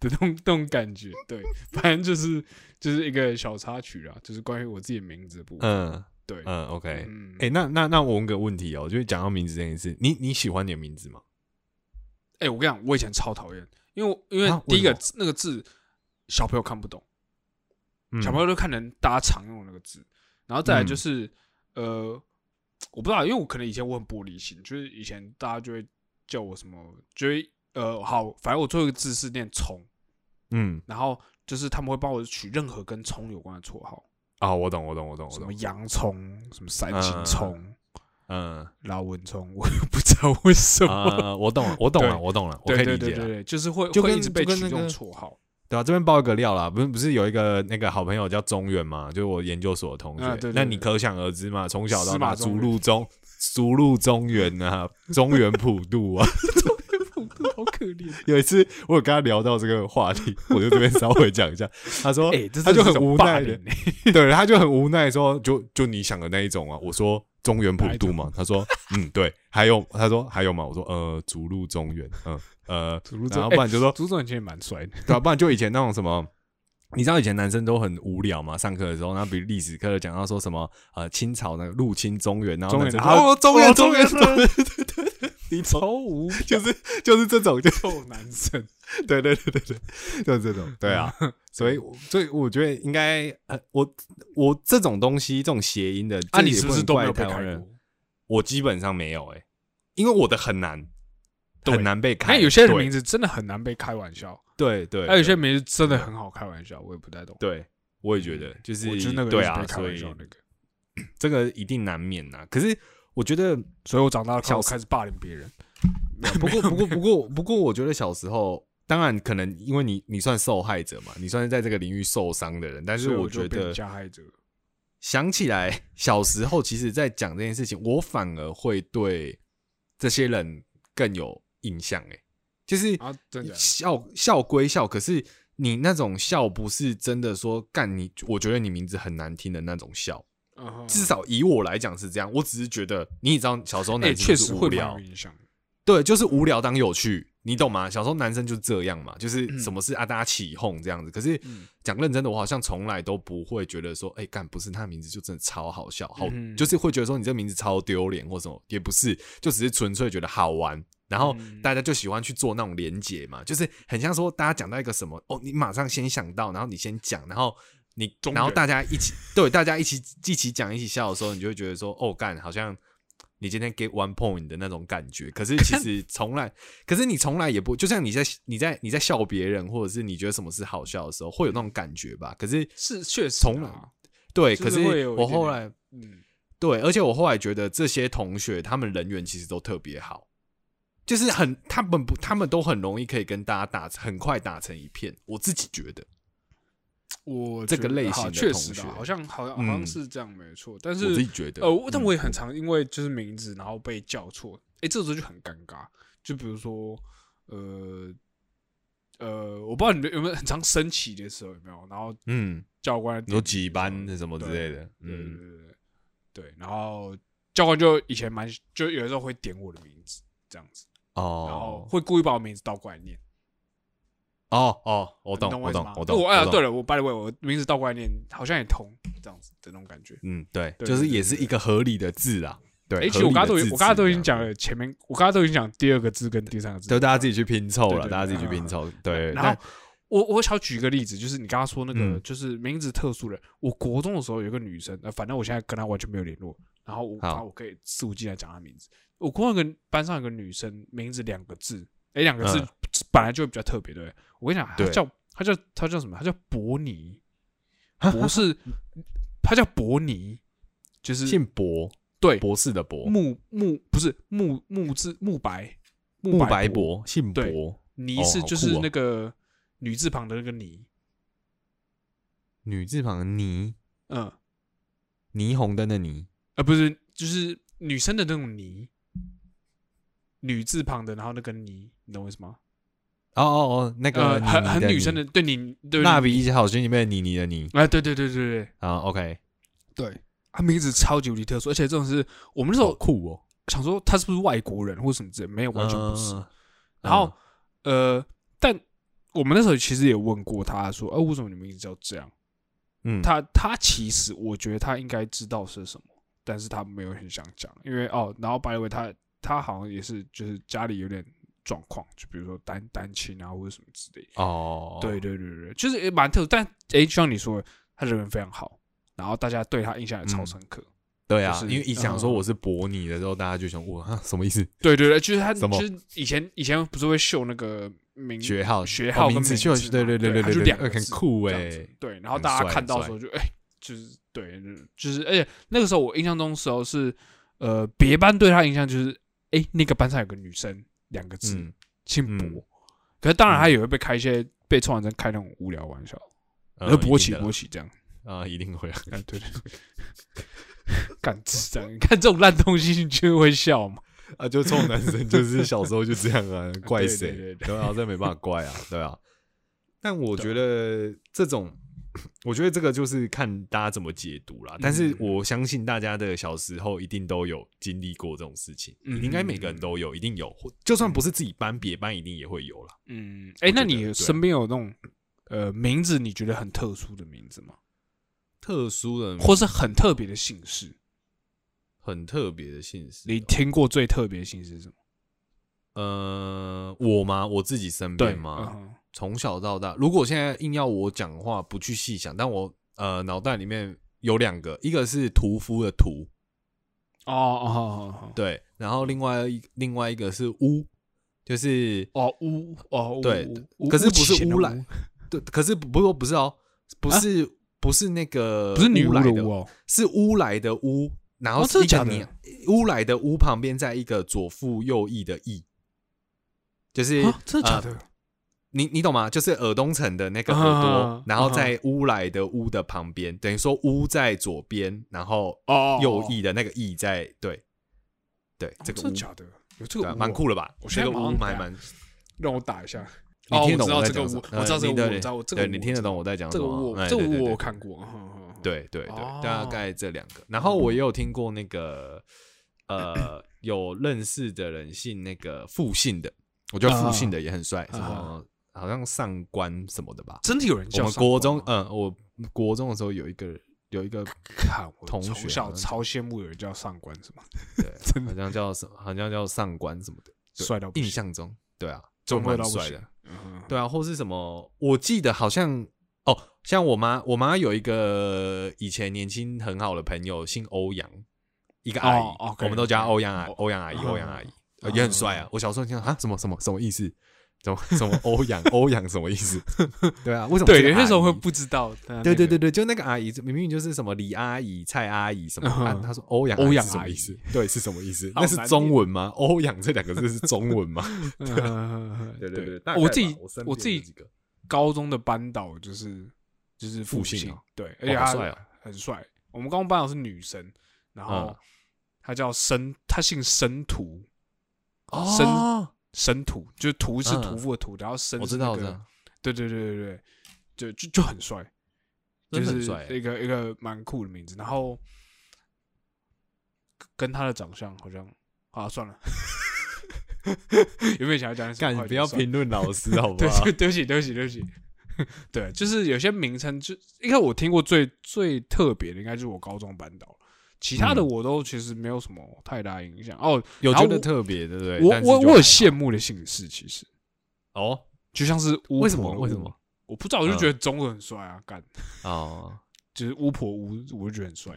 Speaker 2: 的那种那种感觉，对，反正就是就是一个小插曲啦，就是关于我自己的名字的部分，
Speaker 1: 嗯
Speaker 2: 对，
Speaker 1: 嗯，OK，
Speaker 2: 嗯
Speaker 1: 哎、那那那我问个问题哦，就是讲到名字这件事，你你喜欢你的名字吗？
Speaker 2: 哎、我跟你讲，我以前超讨厌，因为我因为
Speaker 1: 啊
Speaker 2: 第一个
Speaker 1: 为什么
Speaker 2: 字、那个字小朋友看不懂，
Speaker 1: 嗯
Speaker 2: 小朋友都看成大家常用的那个字，然后再来就
Speaker 1: 嗯
Speaker 2: 是、呃，我不知道，因为我可能以前我很玻璃心，就是以前大家就会叫我什么，就会呃好，反正我最后一个字是念葱，
Speaker 1: 嗯，
Speaker 2: 然后就是他们会帮我取任何跟葱有关的绰号，
Speaker 1: 啊、我懂，我懂，我懂，我
Speaker 2: 什么
Speaker 1: 懂，
Speaker 2: 洋葱，什么三斤葱。
Speaker 1: 嗯
Speaker 2: 老文葱，我也不知道为什
Speaker 1: 啊、
Speaker 2: 么。
Speaker 1: 我懂了，我懂了，
Speaker 2: 对
Speaker 1: 我懂了，我可
Speaker 2: 对
Speaker 1: 以理
Speaker 2: 对
Speaker 1: 解
Speaker 2: 对
Speaker 1: 了。
Speaker 2: 对对，就是会
Speaker 1: 就
Speaker 2: 会一
Speaker 1: 跟
Speaker 2: 直被
Speaker 1: 就跟
Speaker 2: 取这
Speaker 1: 那
Speaker 2: 种
Speaker 1: 个
Speaker 2: 绰号。
Speaker 1: 对啊，这边爆一个料啦，不是不是有一个那个好朋友叫中原嘛，就是我研究所的同学，
Speaker 2: 啊对对
Speaker 1: 那你
Speaker 2: 对
Speaker 1: 可想而知嘛，从小到大
Speaker 2: 司马
Speaker 1: 逐
Speaker 2: 中原
Speaker 1: 鹿中逐鹿中原啊，中原普渡啊，
Speaker 2: 好可怜。
Speaker 1: 有一次我有跟他聊到这个话题，我就这边稍微讲一下，他说，
Speaker 2: 哎、这
Speaker 1: 他
Speaker 2: 真
Speaker 1: 就很
Speaker 2: 的是一种
Speaker 1: 无
Speaker 2: 霸
Speaker 1: 奈的
Speaker 2: 凌欸
Speaker 1: 对，他就很无奈说，就就你想的那一种啊。我说中原普渡吗？他说，嗯，对。还有他说还有吗？我说，呃，逐鹿中原，嗯呃，
Speaker 2: 竹鹿中哎
Speaker 1: 然后不然就说，
Speaker 2: 朱总其实蛮帅的，
Speaker 1: 对啊，不然就以前那种什么，你知道以前男生都很无聊嘛，上课的时候，那比如历史课讲到说什么呃清朝那个入侵中原，然后
Speaker 2: 中
Speaker 1: 男
Speaker 2: 原
Speaker 1: 生
Speaker 2: 然后
Speaker 1: 哦中原
Speaker 2: 哦
Speaker 1: 中原
Speaker 2: 中
Speaker 1: 中
Speaker 2: 原
Speaker 1: 原，对对对对，
Speaker 2: 你超 无
Speaker 1: 就是就是这种，就
Speaker 2: 臭男生，
Speaker 1: 对对对对对，就是这种，对啊，所以我所以我觉得应该呃我我这种东西这种谐音的，
Speaker 2: 啊，
Speaker 1: 这
Speaker 2: 你
Speaker 1: 也
Speaker 2: 是
Speaker 1: 不
Speaker 2: 是
Speaker 1: 能
Speaker 2: 都没
Speaker 1: 怪
Speaker 2: 有被
Speaker 1: 台湾
Speaker 2: 开
Speaker 1: 人
Speaker 2: 过？
Speaker 1: 我基本上没有哎、欸因为我的很难，
Speaker 2: 对
Speaker 1: 很难被开。
Speaker 2: 那有些人
Speaker 1: 对
Speaker 2: 名字真的很难被开玩笑，啊
Speaker 1: 对对，
Speaker 2: 那有
Speaker 1: 对
Speaker 2: 些名字真的很好开玩笑，我也不太懂。
Speaker 1: 对，我也觉得就是
Speaker 2: 嗯我觉得那个
Speaker 1: 对
Speaker 2: 就是
Speaker 1: 啊
Speaker 2: 被，开
Speaker 1: 所
Speaker 2: 玩
Speaker 1: 以
Speaker 2: 笑那个，
Speaker 1: 这个一定难免呐、可是我觉 得，
Speaker 2: 所以我长大
Speaker 1: 小
Speaker 2: 后我
Speaker 1: 时
Speaker 2: 开始霸凌别人，
Speaker 1: 不过不过不过不过，我觉得小时候。当然，可能因为你你算受害者嘛，你算是在这个领域受伤的人，但是
Speaker 2: 所以
Speaker 1: 我
Speaker 2: 就
Speaker 1: 觉
Speaker 2: 变
Speaker 1: 得
Speaker 2: 加害者
Speaker 1: 想起来小时候，其实在讲这件事情，我反而会对这些人更有印象诶、就是
Speaker 2: 啊，真的假的
Speaker 1: 笑笑归笑，可是你那种笑不是真的说干你，我觉得你名字很难听的那种笑。
Speaker 2: 嗯哼
Speaker 1: 至少以我来讲是这样，我只是觉得你也知道，小时候
Speaker 2: 哎，
Speaker 1: 男生
Speaker 2: 确
Speaker 1: 就是
Speaker 2: 实
Speaker 1: 无
Speaker 2: 会
Speaker 1: 聊，
Speaker 2: 蛮有影响的。
Speaker 1: 对，就是无聊当有趣，你懂吗？小时候男生就是这样嘛，就是什么事啊，大家起哄这样子。可是
Speaker 2: 嗯
Speaker 1: 讲认真的，我好像从来都不会觉得说，哎、干不是他名字就真的超好笑，好、
Speaker 2: 嗯哼
Speaker 1: 就是会觉得说你这名字超丢脸或什么，也不是，就只是纯粹觉得好玩。然后
Speaker 2: 嗯
Speaker 1: 大家就喜欢去做那种连结嘛，就是很像说大家讲到一个什么哦，你马上先想到，然后你先讲，然后你
Speaker 2: 中
Speaker 1: 然后
Speaker 2: 人
Speaker 1: 大家一起对大家一起一起讲一起笑的时候，你就会觉得说哦干，好像你今天 get one point 的那种感觉。可是 其实从来，可是你从来也不，就像你在你在你在笑别人，或者是你觉得什么是好笑的时候，会有那种感觉吧？可 是
Speaker 2: 是确实
Speaker 1: 从
Speaker 2: 啊，
Speaker 1: 对，
Speaker 2: 就
Speaker 1: 可
Speaker 2: 是
Speaker 1: 是
Speaker 2: 会有一
Speaker 1: 我
Speaker 2: 点
Speaker 1: 后
Speaker 2: 点
Speaker 1: 来
Speaker 2: 嗯，
Speaker 1: 对，而且我后来觉得这些同学他们人缘其实都特别好，就是很他们不他们都很容易可以跟大家打很快打成一片，我自己觉得。
Speaker 2: 我
Speaker 1: 这
Speaker 2: 觉
Speaker 1: 个
Speaker 2: 得
Speaker 1: 类
Speaker 2: 好
Speaker 1: 型的
Speaker 2: 确
Speaker 1: 同
Speaker 2: 实
Speaker 1: 学
Speaker 2: 啊好像好像好像
Speaker 1: 嗯
Speaker 2: 是这样没错，但
Speaker 1: 我自
Speaker 2: 是
Speaker 1: 己觉得，
Speaker 2: 呃，我但
Speaker 1: 嗯
Speaker 2: 我也很常因为就是名字然后被叫错，哎，这时候就很尴尬。就比如说呃呃，我不知道你们有没有很常升旗的时候有没有，然后
Speaker 1: 嗯，
Speaker 2: 教官
Speaker 1: 有几班的什么之类的，
Speaker 2: 对对
Speaker 1: 嗯，
Speaker 2: 对对对，对，然后教官就以前蛮就有时候会点我的名字这样子，然后
Speaker 1: 哦
Speaker 2: 会故意把我名字倒过来念。
Speaker 1: 哦哦，我
Speaker 2: 你
Speaker 1: 懂
Speaker 2: 我
Speaker 1: 我
Speaker 2: 意思
Speaker 1: 懂
Speaker 2: 吗
Speaker 1: 我懂，
Speaker 2: 我哎
Speaker 1: 我
Speaker 2: 呀，
Speaker 1: 懂
Speaker 2: 对了，我 by the way，我名字倒过来念好像也通这样子的那种感觉。
Speaker 1: 嗯，对，
Speaker 2: 对
Speaker 1: 就是
Speaker 2: 对
Speaker 1: 也
Speaker 2: 对
Speaker 1: 是
Speaker 2: 对
Speaker 1: 一个合理的字啦。对，
Speaker 2: 哎，
Speaker 1: 合
Speaker 2: 其实我
Speaker 1: 理
Speaker 2: 刚刚
Speaker 1: 的
Speaker 2: 都已
Speaker 1: 字
Speaker 2: 我刚刚
Speaker 1: 词
Speaker 2: 都已
Speaker 1: 这
Speaker 2: 经
Speaker 1: 样
Speaker 2: 讲
Speaker 1: 子，
Speaker 2: 了前面，我刚刚都已经讲第二个字跟第三个字。
Speaker 1: 就大家自己去拼凑
Speaker 2: 对
Speaker 1: 了，
Speaker 2: 对
Speaker 1: 大家自己
Speaker 2: 对
Speaker 1: 去拼凑。对，
Speaker 2: 然
Speaker 1: 那
Speaker 2: 后我我想举个例子，就是你刚刚说那个
Speaker 1: 嗯
Speaker 2: 就是名字特殊的，我国中的时候有个女生，呃，反正我现在跟她完全没有联络，然后我
Speaker 1: 好
Speaker 2: 反正我可以肆无忌惮讲她名字。我国中有个班上有个女生，名字两个字，哎，两个字
Speaker 1: 嗯
Speaker 2: 本来就会比较特别，对不对？我跟你讲，她
Speaker 1: 对
Speaker 2: 叫她叫她叫什么？她叫 伯尼，不是，她叫伯尼，就是
Speaker 1: 姓博，
Speaker 2: 对
Speaker 1: 博士的博，
Speaker 2: 木木不是木木字木白木
Speaker 1: 慕白
Speaker 2: 伯
Speaker 1: 博，姓
Speaker 2: 对
Speaker 1: 博，
Speaker 2: 泥
Speaker 1: 哦
Speaker 2: 是
Speaker 1: 好
Speaker 2: 就是
Speaker 1: 酷哦
Speaker 2: 那个女字旁的那个泥，
Speaker 1: 女字旁的霓，
Speaker 2: 嗯，
Speaker 1: 霓虹灯的霓。
Speaker 2: 呃，不是，就是女生的那种泥，女字旁的，然后那个泥，你懂我意思吗？
Speaker 1: 哦哦哦，那个
Speaker 2: 呃，很
Speaker 1: 妮妮
Speaker 2: 很
Speaker 1: 的
Speaker 2: 女
Speaker 1: 妮
Speaker 2: 生的，对你对，
Speaker 1: 蜡笔小新里面的妮妮的妮
Speaker 2: 哎，对对对对对
Speaker 1: 啊，OK，
Speaker 2: 对，她名字超级无敌特殊，而且这种是我们那时
Speaker 1: 好
Speaker 2: 候
Speaker 1: 酷哦，
Speaker 2: 想说她是不是外国人或什么之类，没有，完全不是。
Speaker 1: 嗯。
Speaker 2: 然后呃，但我们那时候其实也问过她说，哎，为什么你名字叫这样？
Speaker 1: 嗯，
Speaker 2: 他他其实我觉得他应该知道是什么，但是他没有很想讲，因为哦，然后白伟他他好像也是就是家里有点状况，就比如说单单亲啊或者什么之类的。
Speaker 1: 哦，
Speaker 2: 对对对对，就是也蛮特殊，但诶，就像你说的，他人缘非常好，然后大家对他印象也
Speaker 1: 嗯
Speaker 2: 超深刻。
Speaker 1: 对啊，
Speaker 2: 就是
Speaker 1: 因为一想说
Speaker 2: 嗯
Speaker 1: 我是博你的时候，大家就想哇，哈什么意思？
Speaker 2: 对对对，就是他
Speaker 1: 什么
Speaker 2: 就是以前以前不是会秀那个名
Speaker 1: 学号
Speaker 2: 学
Speaker 1: 哦
Speaker 2: 号跟
Speaker 1: 名字
Speaker 2: 嘛
Speaker 1: 就对对对对
Speaker 2: 对他
Speaker 1: 对
Speaker 2: 就
Speaker 1: 对
Speaker 2: 两
Speaker 1: 呃
Speaker 2: 个
Speaker 1: 很
Speaker 2: 字
Speaker 1: 酷
Speaker 2: 这样
Speaker 1: 哎
Speaker 2: 子，对，然后
Speaker 1: 很
Speaker 2: 大家
Speaker 1: 帅
Speaker 2: 看到的
Speaker 1: 很
Speaker 2: 时候就哎、就是对，就是而且那个时候我印象中的时候是，呃，别班对他印象就是哎、那个班上有个女生两个字
Speaker 1: 嗯
Speaker 2: 姓
Speaker 1: 嗯
Speaker 2: 博，可是当然他
Speaker 1: 嗯
Speaker 2: 也会被开一些被臭男生开那种无聊玩笑，
Speaker 1: 呃
Speaker 2: 呃，博
Speaker 1: 一定
Speaker 2: 起
Speaker 1: 的
Speaker 2: 博
Speaker 1: 啦
Speaker 2: 起这样，
Speaker 1: 啊，一定会啊，
Speaker 2: 哎、对 对对，干智障，你 看这种烂东西你就会笑嘛，
Speaker 1: 啊，就臭男生就是小时候就这样 啊，怪谁？
Speaker 2: 对对对
Speaker 1: 啊对啊，这没办法怪啊，对啊。但我觉得这种 我觉得这个就是看大家怎么解读啦。但是我相信大家的小时候一定都有经历过这种事情，
Speaker 2: 嗯
Speaker 1: 应该每个人都有，一定有，或就算不是自己班，别班一定也会有啦。
Speaker 2: 嗯，哎、
Speaker 1: 我觉
Speaker 2: 那
Speaker 1: 得
Speaker 2: 你
Speaker 1: 对
Speaker 2: 身边有那种呃名字你觉得很特殊的名字吗？
Speaker 1: 嗯特殊的
Speaker 2: 或是很特别的姓氏？
Speaker 1: 很特别的哦姓氏，
Speaker 2: 你听过最特别的姓氏是什么？
Speaker 1: 呃，我吗？我自己身
Speaker 2: 对
Speaker 1: 边
Speaker 2: 嗯
Speaker 1: 吗？
Speaker 2: 哼
Speaker 1: 从小到大，如果现在硬要我讲的话，不去细想，但我呃脑袋里面有两个，一个是屠夫的屠，
Speaker 2: 哦哦哦哦哦
Speaker 1: 对，然后另外一另外一个是巫，就是
Speaker 2: 哦乌哦
Speaker 1: 对
Speaker 2: 乌，
Speaker 1: 可是
Speaker 2: 乌
Speaker 1: 不是
Speaker 2: 启贤的
Speaker 1: 乌来
Speaker 2: 乌，
Speaker 1: 对，可是不不不是哦，不是、不是那个
Speaker 2: 啊不是女
Speaker 1: 巫
Speaker 2: 巫
Speaker 1: 来
Speaker 2: 的
Speaker 1: 的
Speaker 2: 巫，哦，
Speaker 1: 是乌来的乌，然后
Speaker 2: 哦
Speaker 1: 是
Speaker 2: 真
Speaker 1: 一
Speaker 2: 的
Speaker 1: 个
Speaker 2: 假的
Speaker 1: 鸟乌来的乌旁边在一个左腹右翼的翼，就是、
Speaker 2: 啊，真的假
Speaker 1: 呃
Speaker 2: 的？
Speaker 1: 你你懂吗？就是耳东城的那个耳朵，
Speaker 2: 啊
Speaker 1: 然后在乌来的乌的旁边，等于说乌在左边，然后
Speaker 2: 哦
Speaker 1: 右翼的那个翼在对对
Speaker 2: 哦
Speaker 1: 这个
Speaker 2: 真
Speaker 1: 乌
Speaker 2: 的，假的？有这
Speaker 1: 对
Speaker 2: 个
Speaker 1: 啊
Speaker 2: 巫
Speaker 1: 蛮
Speaker 2: 哦，
Speaker 1: 酷的吧？
Speaker 2: 我
Speaker 1: 这
Speaker 2: 现在
Speaker 1: 个
Speaker 2: 马上
Speaker 1: 乌还
Speaker 2: 打
Speaker 1: 蛮，
Speaker 2: 让我打一下。
Speaker 1: 你
Speaker 2: 哦
Speaker 1: 听得懂
Speaker 2: 我知道
Speaker 1: 在
Speaker 2: 这个
Speaker 1: 讲什
Speaker 2: 巫
Speaker 1: 么？
Speaker 2: 我知
Speaker 1: 呃你
Speaker 2: 道这个巫
Speaker 1: 对
Speaker 2: 我知道我这个
Speaker 1: 对
Speaker 2: 巫
Speaker 1: 你
Speaker 2: 我
Speaker 1: 听得
Speaker 2: 知道
Speaker 1: 懂我在讲什
Speaker 2: 这个
Speaker 1: 么
Speaker 2: 我
Speaker 1: 吗？哎
Speaker 2: 这个
Speaker 1: 对对
Speaker 2: 我
Speaker 1: 对
Speaker 2: 我看过，哼哼哼
Speaker 1: 对对对，大
Speaker 2: 哦
Speaker 1: 概这两个。然后我也有听过那个呃，有认识的人姓那个复姓的，我觉得复姓的也很帅，什么好像上官什么的吧。
Speaker 2: 真的有人
Speaker 1: 我
Speaker 2: 啊叫
Speaker 1: 们
Speaker 2: 上
Speaker 1: 国
Speaker 2: 官
Speaker 1: 中
Speaker 2: 吗，
Speaker 1: 嗯，我国中的时候有一个有 一个
Speaker 2: 看我
Speaker 1: 同学
Speaker 2: 从
Speaker 1: 好
Speaker 2: 小
Speaker 1: 像
Speaker 2: 超羡慕有人叫上官什么，
Speaker 1: 对，好像叫什么，好像叫上官什么的，对
Speaker 2: 帅到不
Speaker 1: 印
Speaker 2: 行，
Speaker 1: 象中，对啊，就
Speaker 2: 中会
Speaker 1: 蛮
Speaker 2: 到不
Speaker 1: 帅的
Speaker 2: 行。，嗯
Speaker 1: 对啊，或是什么？我记得好像哦，像我妈，我妈有一个以前年轻很好的朋友，姓欧阳，一个阿姨
Speaker 2: 哦，OK，
Speaker 1: 我们都叫她
Speaker 2: OK
Speaker 1: 欧阳阿
Speaker 2: 哦
Speaker 1: 欧阳阿姨，
Speaker 2: 嗯
Speaker 1: 欧阳阿姨、呃
Speaker 2: 嗯
Speaker 1: 也很帅啊。我小时候听到啊，什么什么什么意思？什么什么欧阳欧阳什么意思？ 对啊，为什么是
Speaker 2: 对，
Speaker 1: 个
Speaker 2: 有些时候
Speaker 1: 阿
Speaker 2: 会
Speaker 1: 姨
Speaker 2: 不知道。
Speaker 1: 对对对对，就那个阿姨，明明就是什么李阿姨、蔡阿姨什么，
Speaker 2: 嗯
Speaker 1: 啊、她说欧阳
Speaker 2: 欧阳
Speaker 1: 是什么
Speaker 2: 阿
Speaker 1: 意
Speaker 2: 姨
Speaker 1: 思？对，是什么意 思？
Speaker 2: 好
Speaker 1: 那是
Speaker 2: 难念
Speaker 1: 中文吗？欧阳这两个字是中文吗？
Speaker 2: 对对
Speaker 1: 大概
Speaker 2: 我
Speaker 1: 吧
Speaker 2: 自己
Speaker 1: 身
Speaker 2: 我
Speaker 1: 边
Speaker 2: 自
Speaker 1: 有
Speaker 2: 己
Speaker 1: 几个
Speaker 2: 高中的班导就是就是父
Speaker 1: 姓
Speaker 2: 亲
Speaker 1: 啊，
Speaker 2: 对，而
Speaker 1: 哇好
Speaker 2: 且他
Speaker 1: 帅哦
Speaker 2: 很帅。我们高中班导是女生，然后
Speaker 1: 嗯
Speaker 2: 她叫申，她姓申屠，生
Speaker 1: 哦，
Speaker 2: 申屠就是屠是
Speaker 1: 嗯
Speaker 2: 屠夫的屠，然后申
Speaker 1: 我
Speaker 2: 是
Speaker 1: 知
Speaker 2: 那
Speaker 1: 道，我知道
Speaker 2: 个，，对对对对对，就就就很帅，就
Speaker 1: 真的
Speaker 2: 是
Speaker 1: 很帅欸
Speaker 2: 一个一个蛮酷的名字。然后跟他的长相好像啊，算了， 有没有想要讲什么
Speaker 1: 干
Speaker 2: 话就算了？
Speaker 1: 不要评论老 师好不
Speaker 2: 对
Speaker 1: 好？
Speaker 2: 对，对不起，对不起，对不起。 对，就是有些名称，就应该我听过最最特别的，应该就是我高中班导，其他的
Speaker 1: 嗯
Speaker 2: 我都其实没有什么太大影响。哦，
Speaker 1: 有
Speaker 2: 然
Speaker 1: 觉
Speaker 2: 后
Speaker 1: 得
Speaker 2: 我
Speaker 1: 特别，对不对？
Speaker 2: 我
Speaker 1: 但是
Speaker 2: 我
Speaker 1: 就
Speaker 2: 我有
Speaker 1: 还
Speaker 2: 羡慕的姓氏，其实
Speaker 1: 哦
Speaker 2: 就像是巫
Speaker 1: 为什
Speaker 2: 婆
Speaker 1: 么为什
Speaker 2: 巫
Speaker 1: 么？
Speaker 2: 我不知道，我就
Speaker 1: 嗯
Speaker 2: 觉得中文很帅啊，干，
Speaker 1: 哦，
Speaker 2: 就是巫婆巫，我就觉得很帅。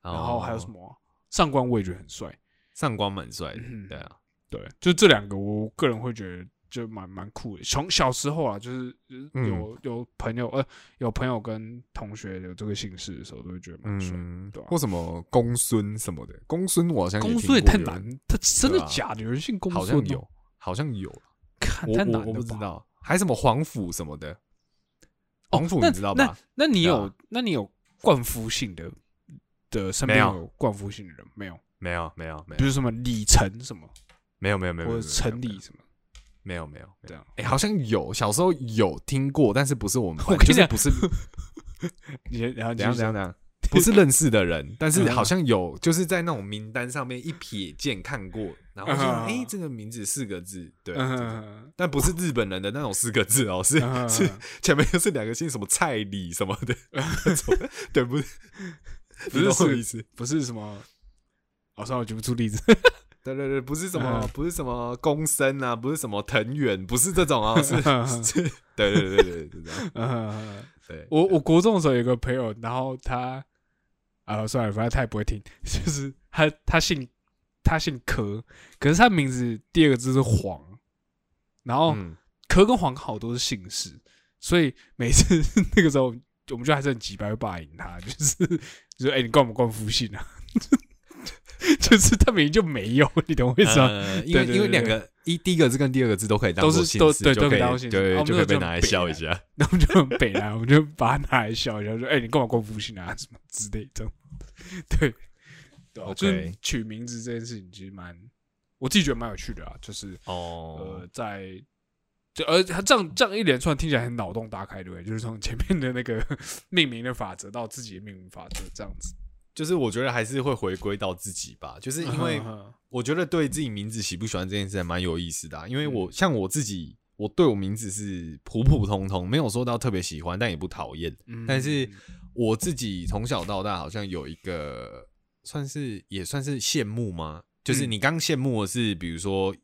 Speaker 1: 然
Speaker 2: 然后还有什么
Speaker 1: 哦
Speaker 2: 啊上官，我也觉得很帅。
Speaker 1: 上官蛮帅的
Speaker 2: 嗯，哼
Speaker 1: 对啊，
Speaker 2: 对，就这两个，我个人会觉得就蛮蛮酷的。从小时候啊，就是就是有、有朋友呃，有朋友跟同学有这个姓氏的时候，都会觉得蛮帅。
Speaker 1: 嗯
Speaker 2: 对啊，
Speaker 1: 或什么公孙什么的，公孙我好像
Speaker 2: 公
Speaker 1: 听
Speaker 2: 孙也
Speaker 1: 过
Speaker 2: 太
Speaker 1: 有
Speaker 2: 难
Speaker 1: 人，，
Speaker 2: 他真的
Speaker 1: 对啊
Speaker 2: 假的？有人姓公孙
Speaker 1: 好
Speaker 2: 吗？
Speaker 1: 像有，好像有，
Speaker 2: 看，
Speaker 1: 我
Speaker 2: 太难
Speaker 1: 我
Speaker 2: 了
Speaker 1: 我不知
Speaker 2: 吧。
Speaker 1: 道，还什么皇甫什么的，
Speaker 2: 哦
Speaker 1: 皇甫
Speaker 2: 那
Speaker 1: 你知道吧？
Speaker 2: 那你
Speaker 1: 对啊
Speaker 2: 有、那你有冠夫姓的的身
Speaker 1: 没
Speaker 2: 边
Speaker 1: 有
Speaker 2: 有冠夫姓的人没有？
Speaker 1: 没有没有没
Speaker 2: 比
Speaker 1: 有
Speaker 2: 如什么李晨什么，
Speaker 1: 没有没有没有，
Speaker 2: 或
Speaker 1: 没有
Speaker 2: 者陈李，什么
Speaker 1: 没有没有没有没
Speaker 2: 这
Speaker 1: 有。
Speaker 2: 样？
Speaker 1: 哎，好像有，小时候有听过，但是不是我 们班，
Speaker 2: 跟你
Speaker 1: 就是
Speaker 2: 讲
Speaker 1: 不是
Speaker 2: 你先然后
Speaker 1: 怎样
Speaker 2: 就是
Speaker 1: 怎样怎样，不是认识的人，但是
Speaker 2: 嗯
Speaker 1: 好像有，就是在那种名单上面一瞥见看过，然后就
Speaker 2: 嗯
Speaker 1: 哎、诶这个名字四个字，对，
Speaker 2: 嗯
Speaker 1: 这种
Speaker 2: 嗯
Speaker 1: 但不是日本人的那种四个字哦，是
Speaker 2: 嗯
Speaker 1: 是前面就是两个姓什么蔡李什么 的，那种对，不是你
Speaker 2: 不是
Speaker 1: 懂我
Speaker 2: 四
Speaker 1: 意思，
Speaker 2: 不是什么，哦，算了，我举不出例子。
Speaker 1: 对对对，不是什么、
Speaker 2: 嗯
Speaker 1: 不是什么公生啊，不是什么藤原，不是这种哦， 是是，对对对对对，是这样
Speaker 2: 嗯，
Speaker 1: 对，
Speaker 2: 我我国中的时候有个朋友，然后他啊，算了，反正他也不会听， 就是他他姓他姓柯，可是他名字第二个字是黄，然后
Speaker 1: 嗯
Speaker 2: 柯跟黄好多是姓氏，所以每次 那个时候我们就还是很急白会霸凌他，就是就是哎、你冠不冠夫姓啊？ 就是他明明就没有，你懂我意思吗？
Speaker 1: 呃 因为
Speaker 2: 对对
Speaker 1: 因为
Speaker 2: 对
Speaker 1: 两个一第一个字跟第二个字都可以当
Speaker 2: 都
Speaker 1: 做
Speaker 2: 是
Speaker 1: 姓
Speaker 2: 都
Speaker 1: 氏
Speaker 2: 对
Speaker 1: 就
Speaker 2: 都可
Speaker 1: 可
Speaker 2: 以
Speaker 1: 以
Speaker 2: 当做姓氏啊
Speaker 1: 对，
Speaker 2: 我们
Speaker 1: 就可以
Speaker 2: 那时候
Speaker 1: 被
Speaker 2: 就
Speaker 1: 拿来
Speaker 2: 北
Speaker 1: 笑一
Speaker 2: 南
Speaker 1: 下。
Speaker 2: 然后我们就很北来，我们就把他拿来笑一下，说：“哎、你干嘛光复姓啊？什么之类这种。”对，对啊、
Speaker 1: OK
Speaker 2: 就是取名字这件事情，其实蛮我自己觉得蛮有趣的啊。就是
Speaker 1: 哦
Speaker 2: 呃，在就而他这样这样一连串听起来很脑洞大开，对不对？就是从前面的那个 命名的法则到自己的命名法则这样子，
Speaker 1: 就是我觉得还是会回归到自己吧，就是因为
Speaker 2: 嗯
Speaker 1: 我觉得对自己名字喜不喜欢这件事还蛮有意思的、啊，因为
Speaker 2: 嗯
Speaker 1: 我像我自己，我对我名字是普普通通，没有说到特别喜欢，但也不讨厌。
Speaker 2: 嗯
Speaker 1: 但是我自己从小到大好像有一个算是也算是羡慕吗？就是
Speaker 2: 嗯
Speaker 1: 你刚羡慕的是，比如说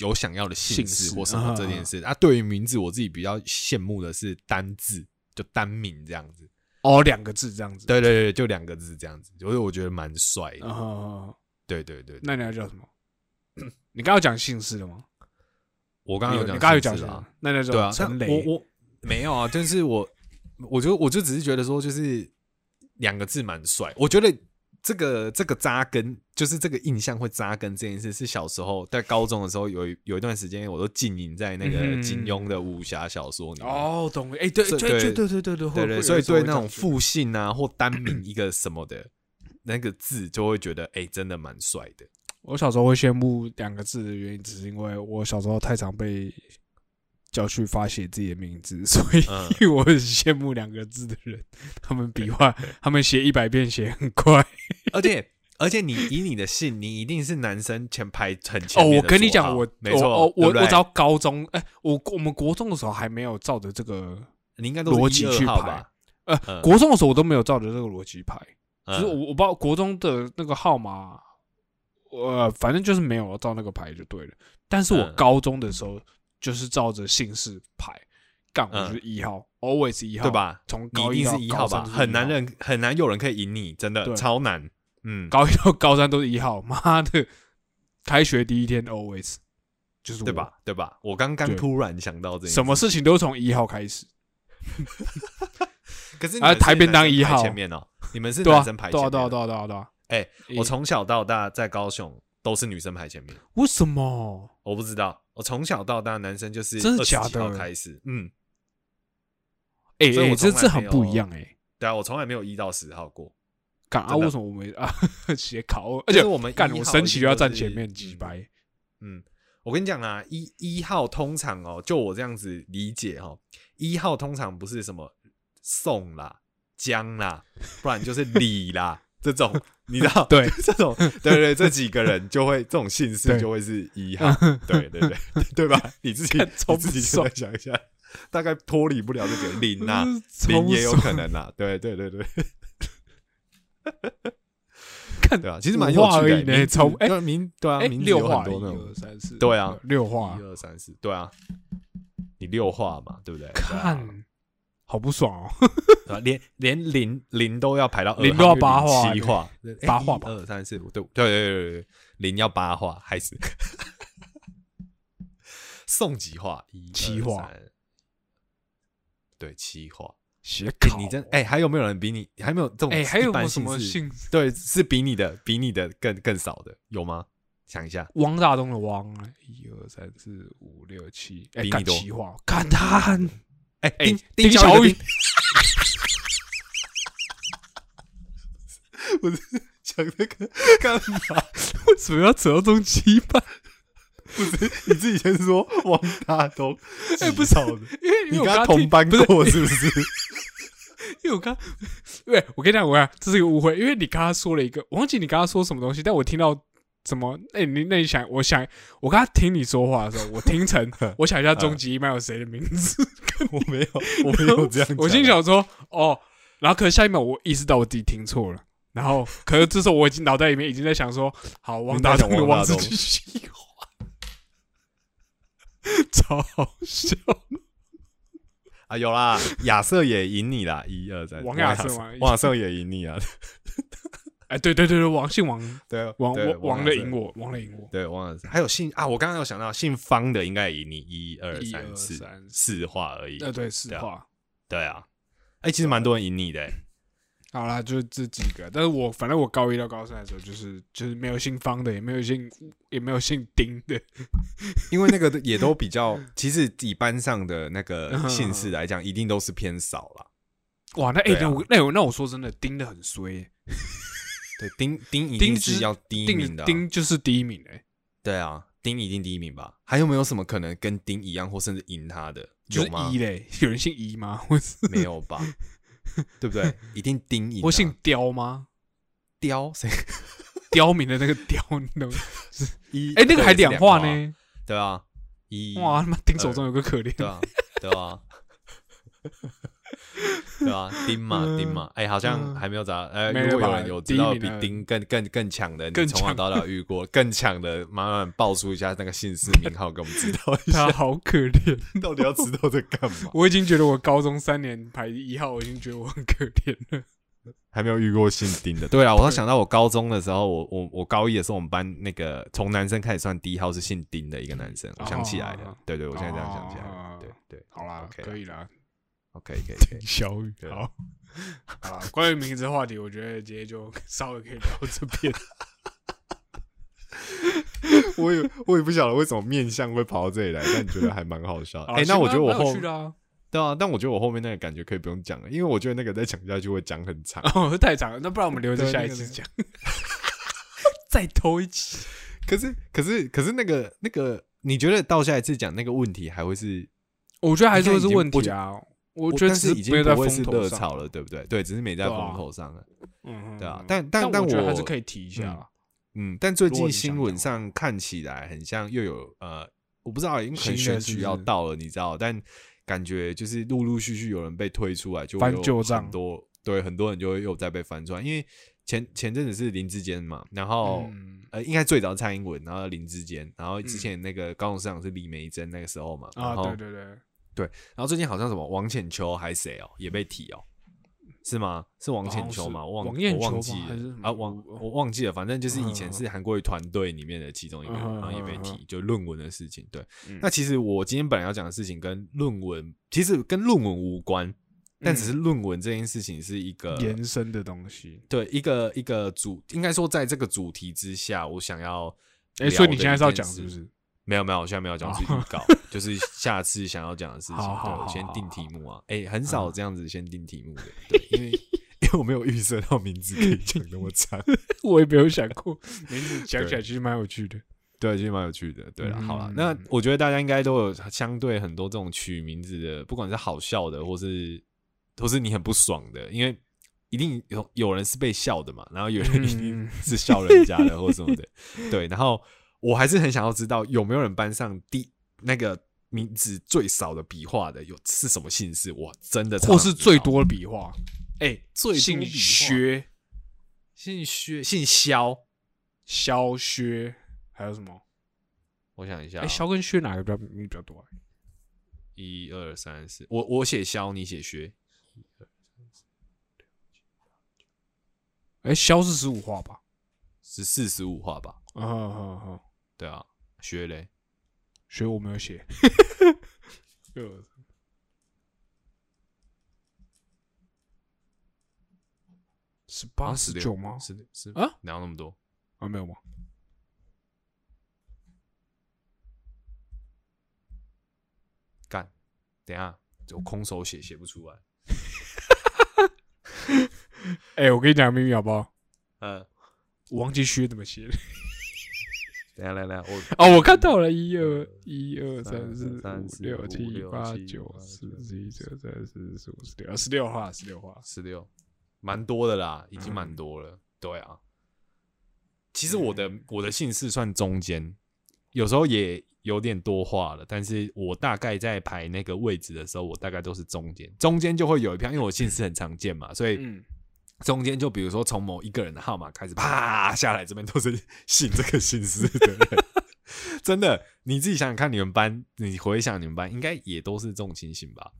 Speaker 1: 有想要的姓
Speaker 2: 姓
Speaker 1: 氏
Speaker 2: 氏
Speaker 1: 或什么这件事啊。对于名字，我自己比较羡慕的是单字，就单名这样子。
Speaker 2: 哦两个字这样子，
Speaker 1: 对对对，就两个字这样子，所以我觉得蛮帅的。
Speaker 2: 啊，
Speaker 1: 对对对，对
Speaker 2: 那你要叫什么？ 你刚刚有讲姓氏了吗？
Speaker 1: 我刚刚有
Speaker 2: 你
Speaker 1: 讲，
Speaker 2: 你刚刚有讲
Speaker 1: 什
Speaker 2: 什
Speaker 1: 么
Speaker 2: 么？？那你要
Speaker 1: 对啊
Speaker 2: 叫，陈
Speaker 1: 那
Speaker 2: 雷，
Speaker 1: 我我没有啊，但是我我就我就只是觉得说，就是两个字蛮帅。我觉得这个这个扎根，就是这个印象会扎根这件事，是小时候在高中的时候有一有一段时间，我都浸淫在那个
Speaker 2: 嗯
Speaker 1: 金庸的武侠小说里面。
Speaker 2: 哦，懂了，哎，对
Speaker 1: 这
Speaker 2: 对
Speaker 1: 对
Speaker 2: 对对对对对，会
Speaker 1: 对
Speaker 2: 会有
Speaker 1: 对，所以
Speaker 2: 时候
Speaker 1: 对
Speaker 2: 会
Speaker 1: 那
Speaker 2: 这
Speaker 1: 种
Speaker 2: 样觉得
Speaker 1: 复姓啊或单名一个什么的那个字，就会觉得哎、真的蛮帅的。
Speaker 2: 我小时候会羡慕两个字的原因，只是因为我小时候太常被叫去发写自己的名字，所
Speaker 1: 嗯
Speaker 2: 以 我很羡慕两个字的人。他们笔画， 他们写一百遍写很快。
Speaker 1: 而且而且你以你的姓，你一定是男生前排很前
Speaker 2: 哦，
Speaker 1: 面
Speaker 2: 我
Speaker 1: 的
Speaker 2: 跟你
Speaker 1: 绰
Speaker 2: 讲，
Speaker 1: 号
Speaker 2: 我
Speaker 1: 没
Speaker 2: 我
Speaker 1: 错，
Speaker 2: 哦
Speaker 1: 对不
Speaker 2: 我
Speaker 1: 对
Speaker 2: 我只要高中，哎，我我们国中的时候还没有照着这个，
Speaker 1: 你应该都是
Speaker 2: 逻辑
Speaker 1: 1
Speaker 2: 去
Speaker 1: 号
Speaker 2: 排
Speaker 1: 吧？
Speaker 2: 呃，
Speaker 1: 嗯
Speaker 2: 国中的时候我都没有照着这个逻辑排，就
Speaker 1: 嗯
Speaker 2: 是我我不知道国中的那个号码，呃，反正就是没有照那个排就对了。但是我
Speaker 1: 嗯
Speaker 2: 高中的时候就是照着姓氏排，干我
Speaker 1: 嗯
Speaker 2: 就是一号，always 一号，
Speaker 1: 对？吧？
Speaker 2: 从
Speaker 1: 你
Speaker 2: 高
Speaker 1: 一定
Speaker 2: 到
Speaker 1: 是一
Speaker 2: 高
Speaker 1: 号
Speaker 2: 三
Speaker 1: 吧？
Speaker 2: 都是
Speaker 1: 很
Speaker 2: 一
Speaker 1: 难
Speaker 2: 号，
Speaker 1: 人很难有人可以赢你，真的
Speaker 2: 对
Speaker 1: 超难。嗯，
Speaker 2: 高一到高三都是一号，妈的，开学第一天 always 就是我
Speaker 1: 对？吧？对吧？我刚刚
Speaker 2: 对
Speaker 1: 突然想到这件事
Speaker 2: 什么？事情都是从一号开始，
Speaker 1: 可是
Speaker 2: 啊
Speaker 1: 你们是
Speaker 2: 台便当
Speaker 1: 男生
Speaker 2: 一
Speaker 1: 排
Speaker 2: 号
Speaker 1: 前面 哦，你们是
Speaker 2: 对啊，
Speaker 1: 男
Speaker 2: 对
Speaker 1: 生排
Speaker 2: 啊，
Speaker 1: 前
Speaker 2: 对啊，
Speaker 1: 面
Speaker 2: 对啊，
Speaker 1: 的。
Speaker 2: 对啊，对啊对啊，
Speaker 1: 哎，我
Speaker 2: 诶
Speaker 1: 从小到大在高雄都是女生排前面，
Speaker 2: 为什么？
Speaker 1: 我不知道。我从小到大，男生就是
Speaker 2: 真的
Speaker 1: 20
Speaker 2: 假
Speaker 1: 几号
Speaker 2: 的
Speaker 1: 开始，嗯，
Speaker 2: 哎、
Speaker 1: 所以
Speaker 2: 哎
Speaker 1: 我
Speaker 2: 这
Speaker 1: 从来
Speaker 2: 这很
Speaker 1: 没
Speaker 2: 不
Speaker 1: 有
Speaker 2: 一样哎、
Speaker 1: 对啊，我从来没有一到十号过。
Speaker 2: 干啊，
Speaker 1: 真的
Speaker 2: 为什么我们啊 写考？
Speaker 1: 就
Speaker 2: 而
Speaker 1: 是
Speaker 2: 且
Speaker 1: 我们
Speaker 2: 干，
Speaker 1: 一
Speaker 2: 我
Speaker 1: 号
Speaker 2: 生
Speaker 1: 已
Speaker 2: 气
Speaker 1: 经
Speaker 2: 就要
Speaker 1: 就
Speaker 2: 站
Speaker 1: 是
Speaker 2: 前面
Speaker 1: 嗯
Speaker 2: 几百。
Speaker 1: 嗯，我跟你讲啦，一一号通常哦，就我这样子理解哦，一号通常不是什么宋啦、江啦，不然就是李啦 这种，你知道？
Speaker 2: 对
Speaker 1: 这种对对对，这几个人就会这种姓氏
Speaker 2: 对
Speaker 1: 就会是一 号，对对对对吧？你自己
Speaker 2: 看超
Speaker 1: 你自己
Speaker 2: 不
Speaker 1: 就
Speaker 2: 爽
Speaker 1: 在想一下，大概脱离不了这个林 呐、
Speaker 2: 嗯
Speaker 1: 林也有
Speaker 2: 超爽
Speaker 1: 可能啦，对对对对。
Speaker 2: 看
Speaker 1: 对啊，其实
Speaker 2: 五
Speaker 1: 蛮有
Speaker 2: 画
Speaker 1: 趣
Speaker 2: 而
Speaker 1: 的、
Speaker 2: 已呢
Speaker 1: 名字
Speaker 2: 超哎
Speaker 1: 对啊名对啊，
Speaker 2: 哎，
Speaker 1: 名字
Speaker 2: 六
Speaker 1: 有
Speaker 2: 画
Speaker 1: 很多那
Speaker 2: 一
Speaker 1: 种
Speaker 2: 二三四，
Speaker 1: 对啊
Speaker 2: 六画
Speaker 1: 一，二三四，对啊，你六画嘛，对不对？对啊
Speaker 2: 看好不 爽哦。
Speaker 1: 对啊连连零零都要排到二
Speaker 2: 零都要
Speaker 1: 因为
Speaker 2: 八画欸
Speaker 1: 七画，诶
Speaker 2: 八画吧
Speaker 1: 一二三四五，对对对对对对，零要八画还是 送几画？一
Speaker 2: 七
Speaker 1: 二
Speaker 2: 画
Speaker 1: 三对七画。
Speaker 2: 写
Speaker 1: 诶
Speaker 2: 考
Speaker 1: 你真哎，还有没有人比你还没有这种？
Speaker 2: 哦哎，还有没
Speaker 1: 没
Speaker 2: 有什么
Speaker 1: 姓
Speaker 2: 姓？
Speaker 1: 氏？对，是比你的比你的更更少的有吗？想一下，
Speaker 2: 汪大东的汪，一二三四五六七，
Speaker 1: 比，
Speaker 2: 哎
Speaker 1: 你
Speaker 2: 干
Speaker 1: 多
Speaker 2: 七画，干他 很
Speaker 1: 哎
Speaker 2: 哎
Speaker 1: 丁
Speaker 2: 丁
Speaker 1: 小
Speaker 2: 小
Speaker 1: 雨
Speaker 2: 雨
Speaker 1: 的丁，不是讲那个干嘛？
Speaker 2: 为什么要扯到中七班？
Speaker 1: 你自己先说王大东，哎
Speaker 2: 不是
Speaker 1: 少的，
Speaker 2: 因为
Speaker 1: 你
Speaker 2: 因为我
Speaker 1: 跟他
Speaker 2: 刚刚
Speaker 1: 同
Speaker 2: 听
Speaker 1: 班
Speaker 2: 不是
Speaker 1: 过是不是？
Speaker 2: 因为我刚， 对我跟你讲，我跟你讲这是一个误会，因为你刚刚说了一个，我忘记你刚刚说什么东西，但我听到什么，哎、你那你想，我想，我刚刚听你说话的时候，我听成，我想一下终极一班有谁的名字，
Speaker 1: 我没有，我没有这样讲啊，
Speaker 2: 我心想说，哦，然后可是下一秒我意识到我自己听错了，然后可是这时候我已经脑袋里面已经在想说，好，王大东的王自己喜欢，超好笑，
Speaker 1: 啊，有啦，亚瑟也赢你啦，一二三，
Speaker 2: 王亚瑟嘛
Speaker 1: 王亚瑟也赢你啊，
Speaker 2: 哎、对对对对，王姓王，
Speaker 1: 对，啊
Speaker 2: 王
Speaker 1: 对
Speaker 2: 王王的赢
Speaker 1: 我，
Speaker 2: 我，王的赢我。
Speaker 1: 对，王亚瑟还有姓啊，我刚刚有想到姓方的应该也赢你，一二
Speaker 2: 一
Speaker 1: 三
Speaker 2: 二
Speaker 1: 四
Speaker 2: 三
Speaker 1: 四画而已，
Speaker 2: 呃，对，是
Speaker 1: 对啊
Speaker 2: 话，
Speaker 1: 对啊，哎，其实蛮多人赢你的欸，
Speaker 2: 好啦，就这几个。但是我反正我高一到高三的时候，就是就是没有姓方的，也没有姓也没有姓丁的。
Speaker 1: 因为那个也都比较，其实以班上的那个
Speaker 2: 嗯
Speaker 1: 姓氏来讲，一定都是偏少啦。
Speaker 2: 哇，那哎、
Speaker 1: 对啊
Speaker 2: 那我那我那我说真的，丁的很衰耶、
Speaker 1: 对，丁丁一定
Speaker 2: 丁
Speaker 1: 是
Speaker 2: 之
Speaker 1: 要第一名
Speaker 2: 丁
Speaker 1: 的啊、
Speaker 2: 丁就是第一名哎、
Speaker 1: 对啊，丁一定第一名吧？还有没有什么可能跟丁一样，或甚至赢他的？
Speaker 2: 就是
Speaker 1: 有吗？
Speaker 2: 一嘞，有人姓一吗？ 我是
Speaker 1: 没有 吧？对不对？一定丁赢、啊。
Speaker 2: 我姓刁吗？
Speaker 1: 刁，谁？
Speaker 2: 刁民的那个刁，你懂 吗？
Speaker 1: 一
Speaker 2: 哎、那个还两
Speaker 1: 话
Speaker 2: 话？呢，
Speaker 1: 啊对啊，一
Speaker 2: 哇，他妈丁手中有个可怜，
Speaker 1: 对啊，对啊，对啊，丁嘛
Speaker 2: 嗯
Speaker 1: 丁嘛，哎、好像
Speaker 2: 嗯
Speaker 1: 还没有找，呃，
Speaker 2: 没了
Speaker 1: 如果有
Speaker 2: 吧
Speaker 1: 人有
Speaker 2: 第
Speaker 1: 知
Speaker 2: 一
Speaker 1: 道
Speaker 2: 名
Speaker 1: 比
Speaker 2: 了
Speaker 1: 丁更更更强的，
Speaker 2: 更
Speaker 1: 你从小
Speaker 2: 强
Speaker 1: 到大遇 过更强的，麻烦报出一下那个姓氏名号，给我们知道一
Speaker 2: 他
Speaker 1: 下，
Speaker 2: 好可怜。
Speaker 1: 到底要知道这干 嘛？
Speaker 2: 我已经觉得我高中三年排一号，我已经觉得我很可怜了。
Speaker 1: 还没有遇过姓丁的。对啊，我要想到我高中的时候，我我我高一的时候，我们班那个从男生开始算第一号是姓丁的一个男生，我想起来
Speaker 2: 哦
Speaker 1: 了。对对，我现在这样想起来
Speaker 2: 哦
Speaker 1: 了。对对
Speaker 2: 好啦
Speaker 1: OK 啊
Speaker 2: 可以啦，
Speaker 1: ，OK 可以可以。
Speaker 2: 小雨
Speaker 1: 对
Speaker 2: 好。啊，关于名字话题，我觉得今天就稍微可以聊到这 边。
Speaker 1: 我也我也不晓得为什么面相会跑到这里来，但觉得还蛮好笑的。
Speaker 2: 好啦
Speaker 1: 哎、那我觉得我
Speaker 2: 蛮蛮有
Speaker 1: 后
Speaker 2: 趣的啊，。
Speaker 1: 对啊，但我觉得我后面那个感觉可以不用讲了，因为我觉得那个再讲下去会讲很长
Speaker 2: 哦，太长了，那不然我们留着
Speaker 1: 对
Speaker 2: 下
Speaker 1: 那
Speaker 2: 一
Speaker 1: 个
Speaker 2: 次
Speaker 1: 那个
Speaker 2: 讲， 再偷一期。
Speaker 1: 可是可是可是那个那个，你觉得到下一次讲那个问题还会是？
Speaker 2: 我觉得还是
Speaker 1: 应该
Speaker 2: 会
Speaker 1: 已
Speaker 2: 是
Speaker 1: 经
Speaker 2: 问
Speaker 1: 我
Speaker 2: 题
Speaker 1: 觉
Speaker 2: 啊。我觉得
Speaker 1: 但
Speaker 2: 只
Speaker 1: 是已经
Speaker 2: 没有在
Speaker 1: 不会
Speaker 2: 风
Speaker 1: 是
Speaker 2: 头
Speaker 1: 热
Speaker 2: 上
Speaker 1: 潮了，，对不对？对，只是没在
Speaker 2: 对啊
Speaker 1: 风头上了。
Speaker 2: 嗯，
Speaker 1: 对啊
Speaker 2: 嗯
Speaker 1: 但但
Speaker 2: 但
Speaker 1: 但
Speaker 2: 我觉得还
Speaker 1: 我
Speaker 2: 是可以提一下啊。
Speaker 1: 嗯，但最
Speaker 2: 如果
Speaker 1: 近
Speaker 2: 你
Speaker 1: 新
Speaker 2: 想
Speaker 1: 闻
Speaker 2: 讲
Speaker 1: 上看起来很像又有呃，我不知道，因为可
Speaker 2: 新
Speaker 1: 能
Speaker 2: 的
Speaker 1: 选
Speaker 2: 是不
Speaker 1: 举要
Speaker 2: 是
Speaker 1: 到了，你知道，但感觉就是陆陆续续有人被推出来，就
Speaker 2: 翻
Speaker 1: 会有
Speaker 2: 旧账
Speaker 1: 很多对很多人就会又再被翻出来，因为前前阵子是林志坚嘛，然后、
Speaker 2: 嗯
Speaker 1: 呃应该最早是蔡英文，然后林志坚，然后之
Speaker 2: 嗯
Speaker 1: 前那个高雄市长是李梅珍那个时候嘛，然
Speaker 2: 啊，
Speaker 1: 后
Speaker 2: 对对对，
Speaker 1: 然后最近好像什么王浅秋还谁哦也被提哦，是吗？是王
Speaker 2: 好
Speaker 1: 浅
Speaker 2: 像
Speaker 1: 秋
Speaker 2: 哦是
Speaker 1: 吗？忘
Speaker 2: 王艳
Speaker 1: 我
Speaker 2: 秋
Speaker 1: 忘记
Speaker 2: 吧还是
Speaker 1: 了
Speaker 2: 什么
Speaker 1: 啊，王我忘记了，反正就是以
Speaker 2: 嗯
Speaker 1: 前是韩国瑜团队里面的其中一个人，
Speaker 2: 嗯
Speaker 1: 然后也被
Speaker 2: 嗯嗯
Speaker 1: 提，就论文的事情。对，
Speaker 2: 嗯
Speaker 1: 那其实我今天本来要讲的事情跟论文其实跟论文无关，但只是论文这件事情是一个
Speaker 2: 嗯延伸的东西。
Speaker 1: 对一个一个主，应该说在这个主题之下，我想要
Speaker 2: 哎，所以你
Speaker 1: 聊的
Speaker 2: 现在
Speaker 1: 一
Speaker 2: 是要
Speaker 1: 件
Speaker 2: 讲
Speaker 1: 事
Speaker 2: 是不 是？
Speaker 1: 没有没有，我现在没有讲，
Speaker 2: 哦
Speaker 1: 是预告， 就是下次想要讲的事情。
Speaker 2: 好好
Speaker 1: 对，
Speaker 2: 好
Speaker 1: 我先
Speaker 2: 好
Speaker 1: 定
Speaker 2: 好嗯
Speaker 1: 题目啊，哎、很少这样子先定题目的，对，因为 因为我没有预设到名字可以讲那么长，
Speaker 2: 我也没有想过， 名字讲起来
Speaker 1: 对
Speaker 2: 其实蛮有趣的。
Speaker 1: 对，其实蛮有趣的。对了，啊好了
Speaker 2: 嗯，
Speaker 1: 那我觉得大家应该都有相对很多这种取名字的，不管是好笑的，或是或是你很不爽的，因为一定有有人是被笑的嘛，然后有人
Speaker 2: 嗯
Speaker 1: 一定是笑人家 的或什么的，对。然后我还是很想要知道有没有人班上第那个名字最少的笔画的有是什么姓氏，我真的
Speaker 2: 或是最
Speaker 1: 常常不知道
Speaker 2: 多的笔画，哎，
Speaker 1: 最多
Speaker 2: 姓
Speaker 1: 笔画
Speaker 2: 薛、
Speaker 1: 姓薛姓肖，
Speaker 2: 萧薛，还有什么？
Speaker 1: 我想一下啊、
Speaker 2: 哎，萧跟薛哪个比较比较多啊？
Speaker 1: 一二三四，我我写肖，你写薛。
Speaker 2: 哎，萧是十五画吧？
Speaker 1: 是四十五画吧？
Speaker 2: 啊啊啊！啊
Speaker 1: 对啊，学嘞，
Speaker 2: 所以我没有写。 就十
Speaker 1: 好
Speaker 2: 八
Speaker 1: 像
Speaker 2: 十
Speaker 1: 16
Speaker 2: 九吗？
Speaker 1: 是是
Speaker 2: 啊，
Speaker 1: 哪有那么多？
Speaker 2: 啊，没有吗？
Speaker 1: 干，等一下我空手写写不出来。
Speaker 2: 哎、我跟你讲个秘密好不好？
Speaker 1: 呃，
Speaker 2: 我忘记薛怎么写了。
Speaker 1: 等一下来来，我
Speaker 2: 哦，我看到了，一二一二三四
Speaker 1: 嗯三
Speaker 2: 五
Speaker 1: 四
Speaker 2: 六
Speaker 1: 五
Speaker 2: 七
Speaker 1: 六
Speaker 2: 八
Speaker 1: 七
Speaker 2: 九
Speaker 1: 八
Speaker 2: 十
Speaker 1: 九
Speaker 2: 十一十二十三十四五十六，十六画，十六画。
Speaker 1: 十六，蛮多的啦，已经蛮多了。对啊，其实我的
Speaker 2: 嗯
Speaker 1: 我的姓氏算中间，有时候也有点多话了，但是我大概在排那个位置的时候，我大概都是中间，中间就会有一票，因为我姓氏很常见嘛，所以
Speaker 2: 嗯，
Speaker 1: 中间就比如说从某一个人的号码开始，啪下来，这边都是姓这个姓氏的人。真的，你自己想想看，你们班，你回想你们班，应该也都是这种情形吧？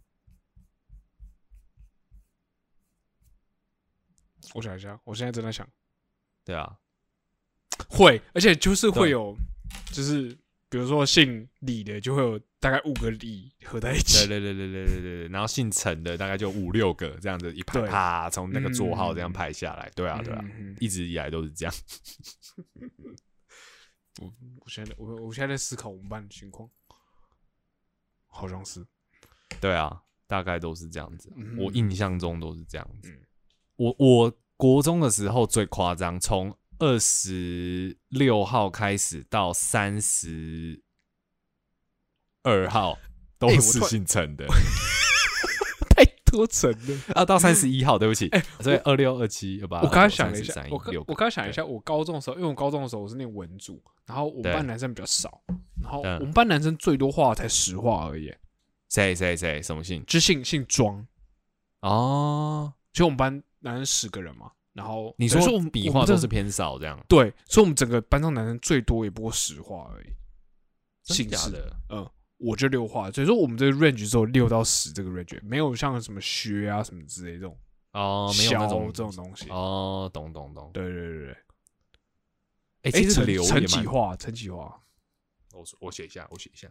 Speaker 2: 我想一下，我现在正在想，
Speaker 1: 对啊，
Speaker 2: 会，而且就是会
Speaker 1: 对
Speaker 2: 有，就是比如说姓李的，就会有大概五个李合在一
Speaker 1: 对
Speaker 2: 起。
Speaker 1: 对对对对对对对。然后姓陈的大概就五六个这样子一排，
Speaker 2: 对
Speaker 1: 啪从那个座号这样排下来。对啊，对啊，
Speaker 2: 嗯
Speaker 1: 一直以来都是这样。
Speaker 2: 嗯我现在在我我现在在思考我们班的情况，好 像是
Speaker 1: 对啊，大概都是这样子。啊
Speaker 2: 嗯
Speaker 1: 我印象中都是这样子。
Speaker 2: 嗯
Speaker 1: 我我国中的时候最夸张，从二十六号开始到三十二号都
Speaker 2: 哎我
Speaker 1: 是
Speaker 2: 突然
Speaker 1: 姓陈的、
Speaker 2: 太多层了。
Speaker 1: 啊，到三十一号，对不起，
Speaker 2: 哎
Speaker 1: 所以二六二七二八，
Speaker 2: 我刚刚想了一下，
Speaker 1: 33
Speaker 2: 我刚
Speaker 1: 六
Speaker 2: 我
Speaker 1: 个
Speaker 2: 刚刚想了一
Speaker 1: 对
Speaker 2: 下，我高中的时候，因为我高中的时候我是念文组，然后我们
Speaker 1: 对
Speaker 2: 班男生比较少，然后
Speaker 1: 嗯
Speaker 2: 我们班男生最多话才十话而已，
Speaker 1: 谁谁谁什么姓
Speaker 2: 就姓姓庄。
Speaker 1: 哦？
Speaker 2: 其实我们班男生十个人嘛，然后
Speaker 1: 你
Speaker 2: 等
Speaker 1: 说
Speaker 2: 于我们
Speaker 1: 笔
Speaker 2: 我们
Speaker 1: 画
Speaker 2: 这
Speaker 1: 都是偏少这样，
Speaker 2: 对，所以我们整个班上男生最多也不过十话而已，
Speaker 1: 真
Speaker 2: 姓
Speaker 1: 假
Speaker 2: 氏
Speaker 1: 的？
Speaker 2: 嗯，我就六话，所以说我们这个 range 只有六到十这个 range，没有像什么薛啊什么之类这种
Speaker 1: 哦，没有
Speaker 2: 萧
Speaker 1: 那
Speaker 2: 这
Speaker 1: 种
Speaker 2: 种东西。
Speaker 1: 哦，懂懂懂。
Speaker 2: 对对对对，
Speaker 1: 哎、
Speaker 2: 哎，
Speaker 1: 其实
Speaker 2: 陈
Speaker 1: 刘
Speaker 2: 陈
Speaker 1: 也
Speaker 2: 启
Speaker 1: 蛮
Speaker 2: 化，陈启化，
Speaker 1: 我我写一下，我写一下。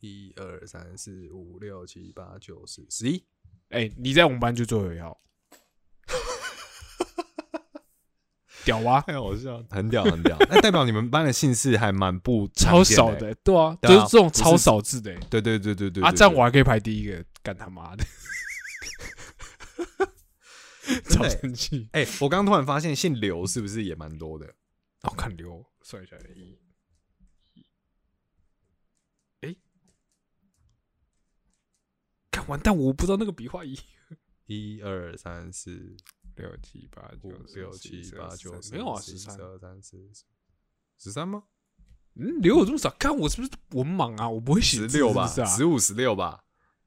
Speaker 1: 一二三四五六七八九十十一，
Speaker 2: 哎，你在我们班就最后一号，屌啊，
Speaker 1: 太好笑，很屌很 屌。那代表你们班的姓氏还蛮不
Speaker 2: 超
Speaker 1: 常见
Speaker 2: 少
Speaker 1: 欸。
Speaker 2: 的，对啊，就
Speaker 1: 对啊
Speaker 2: 是这种
Speaker 1: 不是
Speaker 2: 超少字的欸，
Speaker 1: 对对对对对
Speaker 2: 啊，
Speaker 1: 对
Speaker 2: 这样
Speaker 1: 对
Speaker 2: 我还可以排第一个，干他 妈的，
Speaker 1: 真
Speaker 2: 超
Speaker 1: 的欸
Speaker 2: 生气。
Speaker 1: 哎、我刚突然发现姓刘是不是也蛮多的？
Speaker 2: 我看刘，算一下，一，哎，看完蛋，我不知道那个笔画 E 一
Speaker 1: 一二三四
Speaker 2: 六七八
Speaker 1: 五六七八九十，
Speaker 2: 没有啊，十三
Speaker 1: 十。二三四十三吗？
Speaker 2: 嗯，刘有这么少？看我是不是文盲啊？我不会写
Speaker 1: 十
Speaker 2: 字
Speaker 1: 六吧，
Speaker 2: 是不是
Speaker 1: 十
Speaker 2: 啊，
Speaker 1: 五十六吧，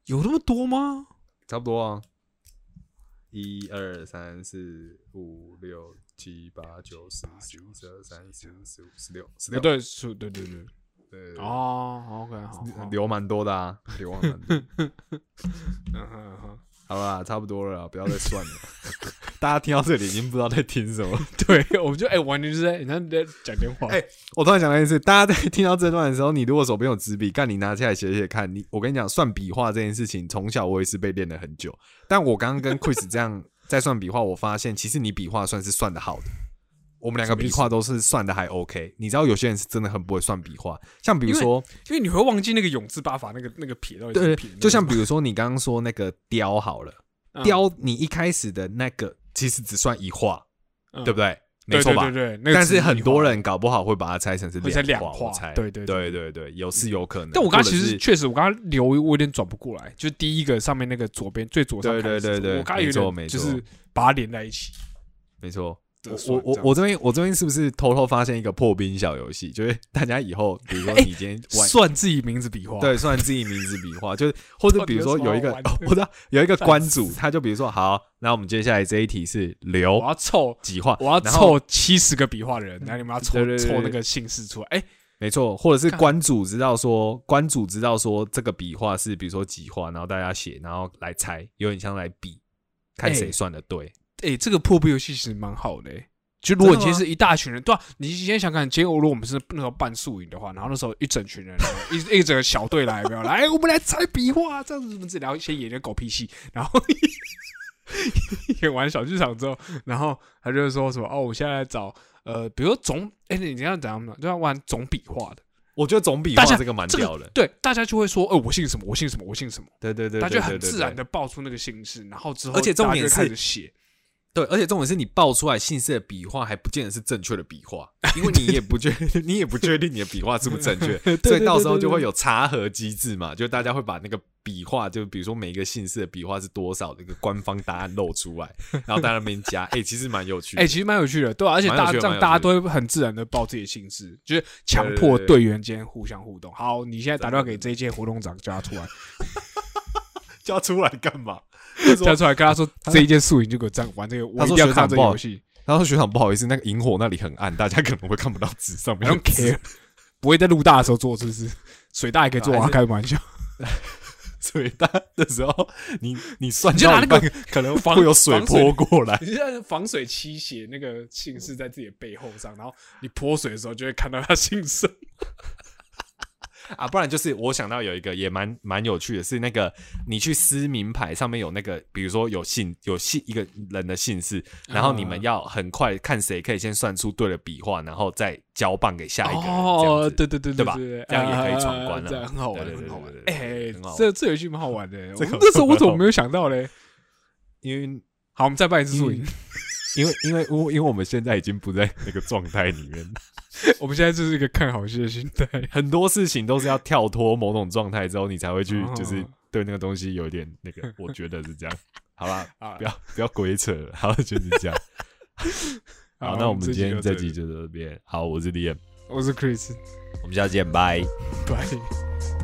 Speaker 2: 有那么多吗？
Speaker 1: 差不多啊。一二三四五六七八九十十一十二十三十四十五十六十
Speaker 2: 不
Speaker 1: 六，
Speaker 2: 啊对，是，对对对，
Speaker 1: 对
Speaker 2: 哦，OK，好，好，
Speaker 1: 留蛮多的啊，留蛮多 的。
Speaker 2: 嗯哼嗯哼
Speaker 1: 好啦，差不多了啦，不要再算了。大家听到这里已经不知道在听什么。
Speaker 2: 对，我们就哎，完全就是在你看在讲电话，
Speaker 1: 哎我突然想到一次，大家在听到这段的时候，你如果手边有纸笔，干你拿起来写写看。你我跟你讲，算笔画这件事情，从小我也是被练了很久。但我刚刚跟 Chris 这样在算笔画，我发现其实你笔画算是算的好的。我们两个笔画都是算的还 OK。你知道有些人是真的很不会算笔画，像比如说，
Speaker 2: 因为你会忘记那个永字八法那个那个撇到底是
Speaker 1: 对，
Speaker 2: 撇，
Speaker 1: 就像比如说你刚刚说那个雕好了，
Speaker 2: 嗯
Speaker 1: 雕你一开始的那个其实只算一画，对不
Speaker 2: 对？
Speaker 1: 对？没错吧？
Speaker 2: 嗯对对对，那个
Speaker 1: 但
Speaker 2: 只
Speaker 1: 是很
Speaker 2: 一
Speaker 1: 多
Speaker 2: 画
Speaker 1: 人搞不好会把它拆成是
Speaker 2: 会在两
Speaker 1: 画，我
Speaker 2: 画
Speaker 1: 猜
Speaker 2: 对对嗯
Speaker 1: 对对对，有是有可能。
Speaker 2: 但我
Speaker 1: 或
Speaker 2: 刚刚
Speaker 1: 者
Speaker 2: 其实
Speaker 1: 是
Speaker 2: 确实，我刚刚留我有点转不过来，就第一个上面那个左边最左上
Speaker 1: 对
Speaker 2: 开始
Speaker 1: 对对对
Speaker 2: 我刚刚有
Speaker 1: 没
Speaker 2: 点
Speaker 1: 错
Speaker 2: 就
Speaker 1: 没错
Speaker 2: 是把它连在一起。
Speaker 1: 没错，
Speaker 2: 的
Speaker 1: 我
Speaker 2: 算
Speaker 1: 我我
Speaker 2: 这样
Speaker 1: 我这边我这边是不是偷偷发现一个破冰小游戏？就是 大家以后，比如说
Speaker 2: 哎
Speaker 1: 你今天玩。
Speaker 2: 算自己名字笔画，
Speaker 1: 对，算自己名字笔画， 就是或者比如说有一个，
Speaker 2: 到底
Speaker 1: 哦
Speaker 2: 有什么好玩的
Speaker 1: 我知道有一 个
Speaker 2: 烦
Speaker 1: 关主，他就比如说好，那我们接下来这一题是
Speaker 2: 我
Speaker 1: 刘
Speaker 2: 要凑，
Speaker 1: 几画，
Speaker 2: 我要
Speaker 1: 然后
Speaker 2: 凑七十个笔画的人，然后你们要凑
Speaker 1: 对对对
Speaker 2: 凑那
Speaker 1: 对
Speaker 2: 个姓氏出来。哎，
Speaker 1: 没错，或者是
Speaker 2: 干
Speaker 1: 关主知道说，关主知道说这个笔画是比如说几画，然后大家写，然后来猜，有点像来比，看
Speaker 2: 哎
Speaker 1: 谁算的对。
Speaker 2: 哎，这个破冰游戏其实蛮好的、欸。就如果你
Speaker 1: 真的
Speaker 2: 今天
Speaker 1: 吗
Speaker 2: 是一大群人，对啊，你今天想看，今天如果我们是那时候办宿营的话，然后那时候一整群人，一一整个小队来，有没有来，我们来猜笔画，啊这样子什么之类，然后先演点狗屁戏，然后 演完小剧场之后，然后他就说什么哦，我现在来找呃，比如说总，哎、你这样讲嘛，就要玩总笔画的，
Speaker 1: 我觉得总比
Speaker 2: 大
Speaker 1: 画
Speaker 2: 家
Speaker 1: 这个蛮
Speaker 2: 这
Speaker 1: 屌
Speaker 2: 个
Speaker 1: 的，
Speaker 2: 对，大家就会说，哦、我姓什么，我姓什么，我姓什么，
Speaker 1: 对对对，
Speaker 2: 大家
Speaker 1: 对
Speaker 2: 就很
Speaker 1: 对对
Speaker 2: 自然
Speaker 1: 对
Speaker 2: 的报出那个姓氏，然后之后
Speaker 1: 而且重
Speaker 2: 大家就
Speaker 1: 点
Speaker 2: 会开
Speaker 1: 是
Speaker 2: 始写，
Speaker 1: 对，而且重点是你报出来姓氏的笔画还不见得是正确的笔 画，因为你也不确 你也不确定你的笔画是不是正 确，所以到时候就会有查核机制嘛，就大家会把那个笔画，就比如说每一个姓氏的笔画是多少，那个官方答案露出 来，然后大家在那边加，哎、其实蛮有趣的。
Speaker 2: 哎、其实蛮有趣的，对、啊，而且
Speaker 1: 蛮有
Speaker 2: 大家
Speaker 1: 趣的
Speaker 2: 这
Speaker 1: 蛮
Speaker 2: 样，
Speaker 1: 有
Speaker 2: 大家
Speaker 1: 趣
Speaker 2: 都会很自然的报自己的性质，就是强
Speaker 1: 对对
Speaker 2: 迫
Speaker 1: 对
Speaker 2: 队员间互相互动。好，你现在打
Speaker 1: 真
Speaker 2: 电话
Speaker 1: 的
Speaker 2: 给这一届活动长，叫他出来，
Speaker 1: 叫出来干 嘛？就
Speaker 2: 叫他
Speaker 1: 说
Speaker 2: 出来跟他说这一届宿营就给我这样玩这个，我
Speaker 1: 他
Speaker 2: 一
Speaker 1: 说
Speaker 2: 定要
Speaker 1: 学长
Speaker 2: 看到这
Speaker 1: 不
Speaker 2: 个
Speaker 1: 好
Speaker 2: 游戏
Speaker 1: 然后学长不好意思，那个萤火那里很暗，大家可能会看不到纸上
Speaker 2: ，I
Speaker 1: 面的
Speaker 2: don't
Speaker 1: 字。
Speaker 2: care，不会在陆大的时候做，是不是？水大也可以做
Speaker 1: 还
Speaker 2: 啊，
Speaker 1: 是
Speaker 2: 开玩笑，
Speaker 1: 所以大家的时候，你你算
Speaker 2: 你就
Speaker 1: 到
Speaker 2: 拿
Speaker 1: 一
Speaker 2: 那
Speaker 1: 半
Speaker 2: 个，
Speaker 1: 可能
Speaker 2: 防
Speaker 1: 会有水
Speaker 2: 防水
Speaker 1: 泼过来。
Speaker 2: 你就在防水漆写那个姓氏在自己的背后上，然后你泼水的时候就会看到他姓氏。
Speaker 1: 啊，不然就是我想到有一个也蛮蛮有趣的，是那个你去撕名牌上面有那个，比如说有姓有姓一个人的姓氏，然后你们
Speaker 2: 嗯
Speaker 1: 要很快看谁可以先算出对的笔画，然后再交棒给下一个人。这
Speaker 2: 哦
Speaker 1: 样，子
Speaker 2: 对对对
Speaker 1: 对吧
Speaker 2: 吧？对
Speaker 1: 这样也可以闯关啊
Speaker 2: 这样很好玩，
Speaker 1: 对对
Speaker 2: 很
Speaker 1: 对
Speaker 2: 好玩
Speaker 1: 对。对
Speaker 2: 哎
Speaker 1: 对很好，玩
Speaker 2: 这这游戏蛮好玩的。我
Speaker 1: 这个
Speaker 2: 们那时候我
Speaker 1: 蛮好
Speaker 2: 怎么
Speaker 1: 玩
Speaker 2: 没有想到嘞？
Speaker 1: 因为
Speaker 2: 好，我们再办一次宿营
Speaker 1: 嗯。因为因为因为因为我们现在已经不在那个状态里面，
Speaker 2: 我们现在就是一个看好戏的心态，
Speaker 1: 很多事情都是要跳脱某种状态之后，你才会去
Speaker 2: 哦
Speaker 1: 就是对那个东西有一点那个，我觉得是这样。好啦，
Speaker 2: 啊
Speaker 1: 不要不要鬼扯了，好，就是这样。好，那我们今天这集
Speaker 2: 就
Speaker 1: 就到这边。好，我是 Liam，
Speaker 2: 我是 Chris，
Speaker 1: 我们下次见，拜。
Speaker 2: 拜。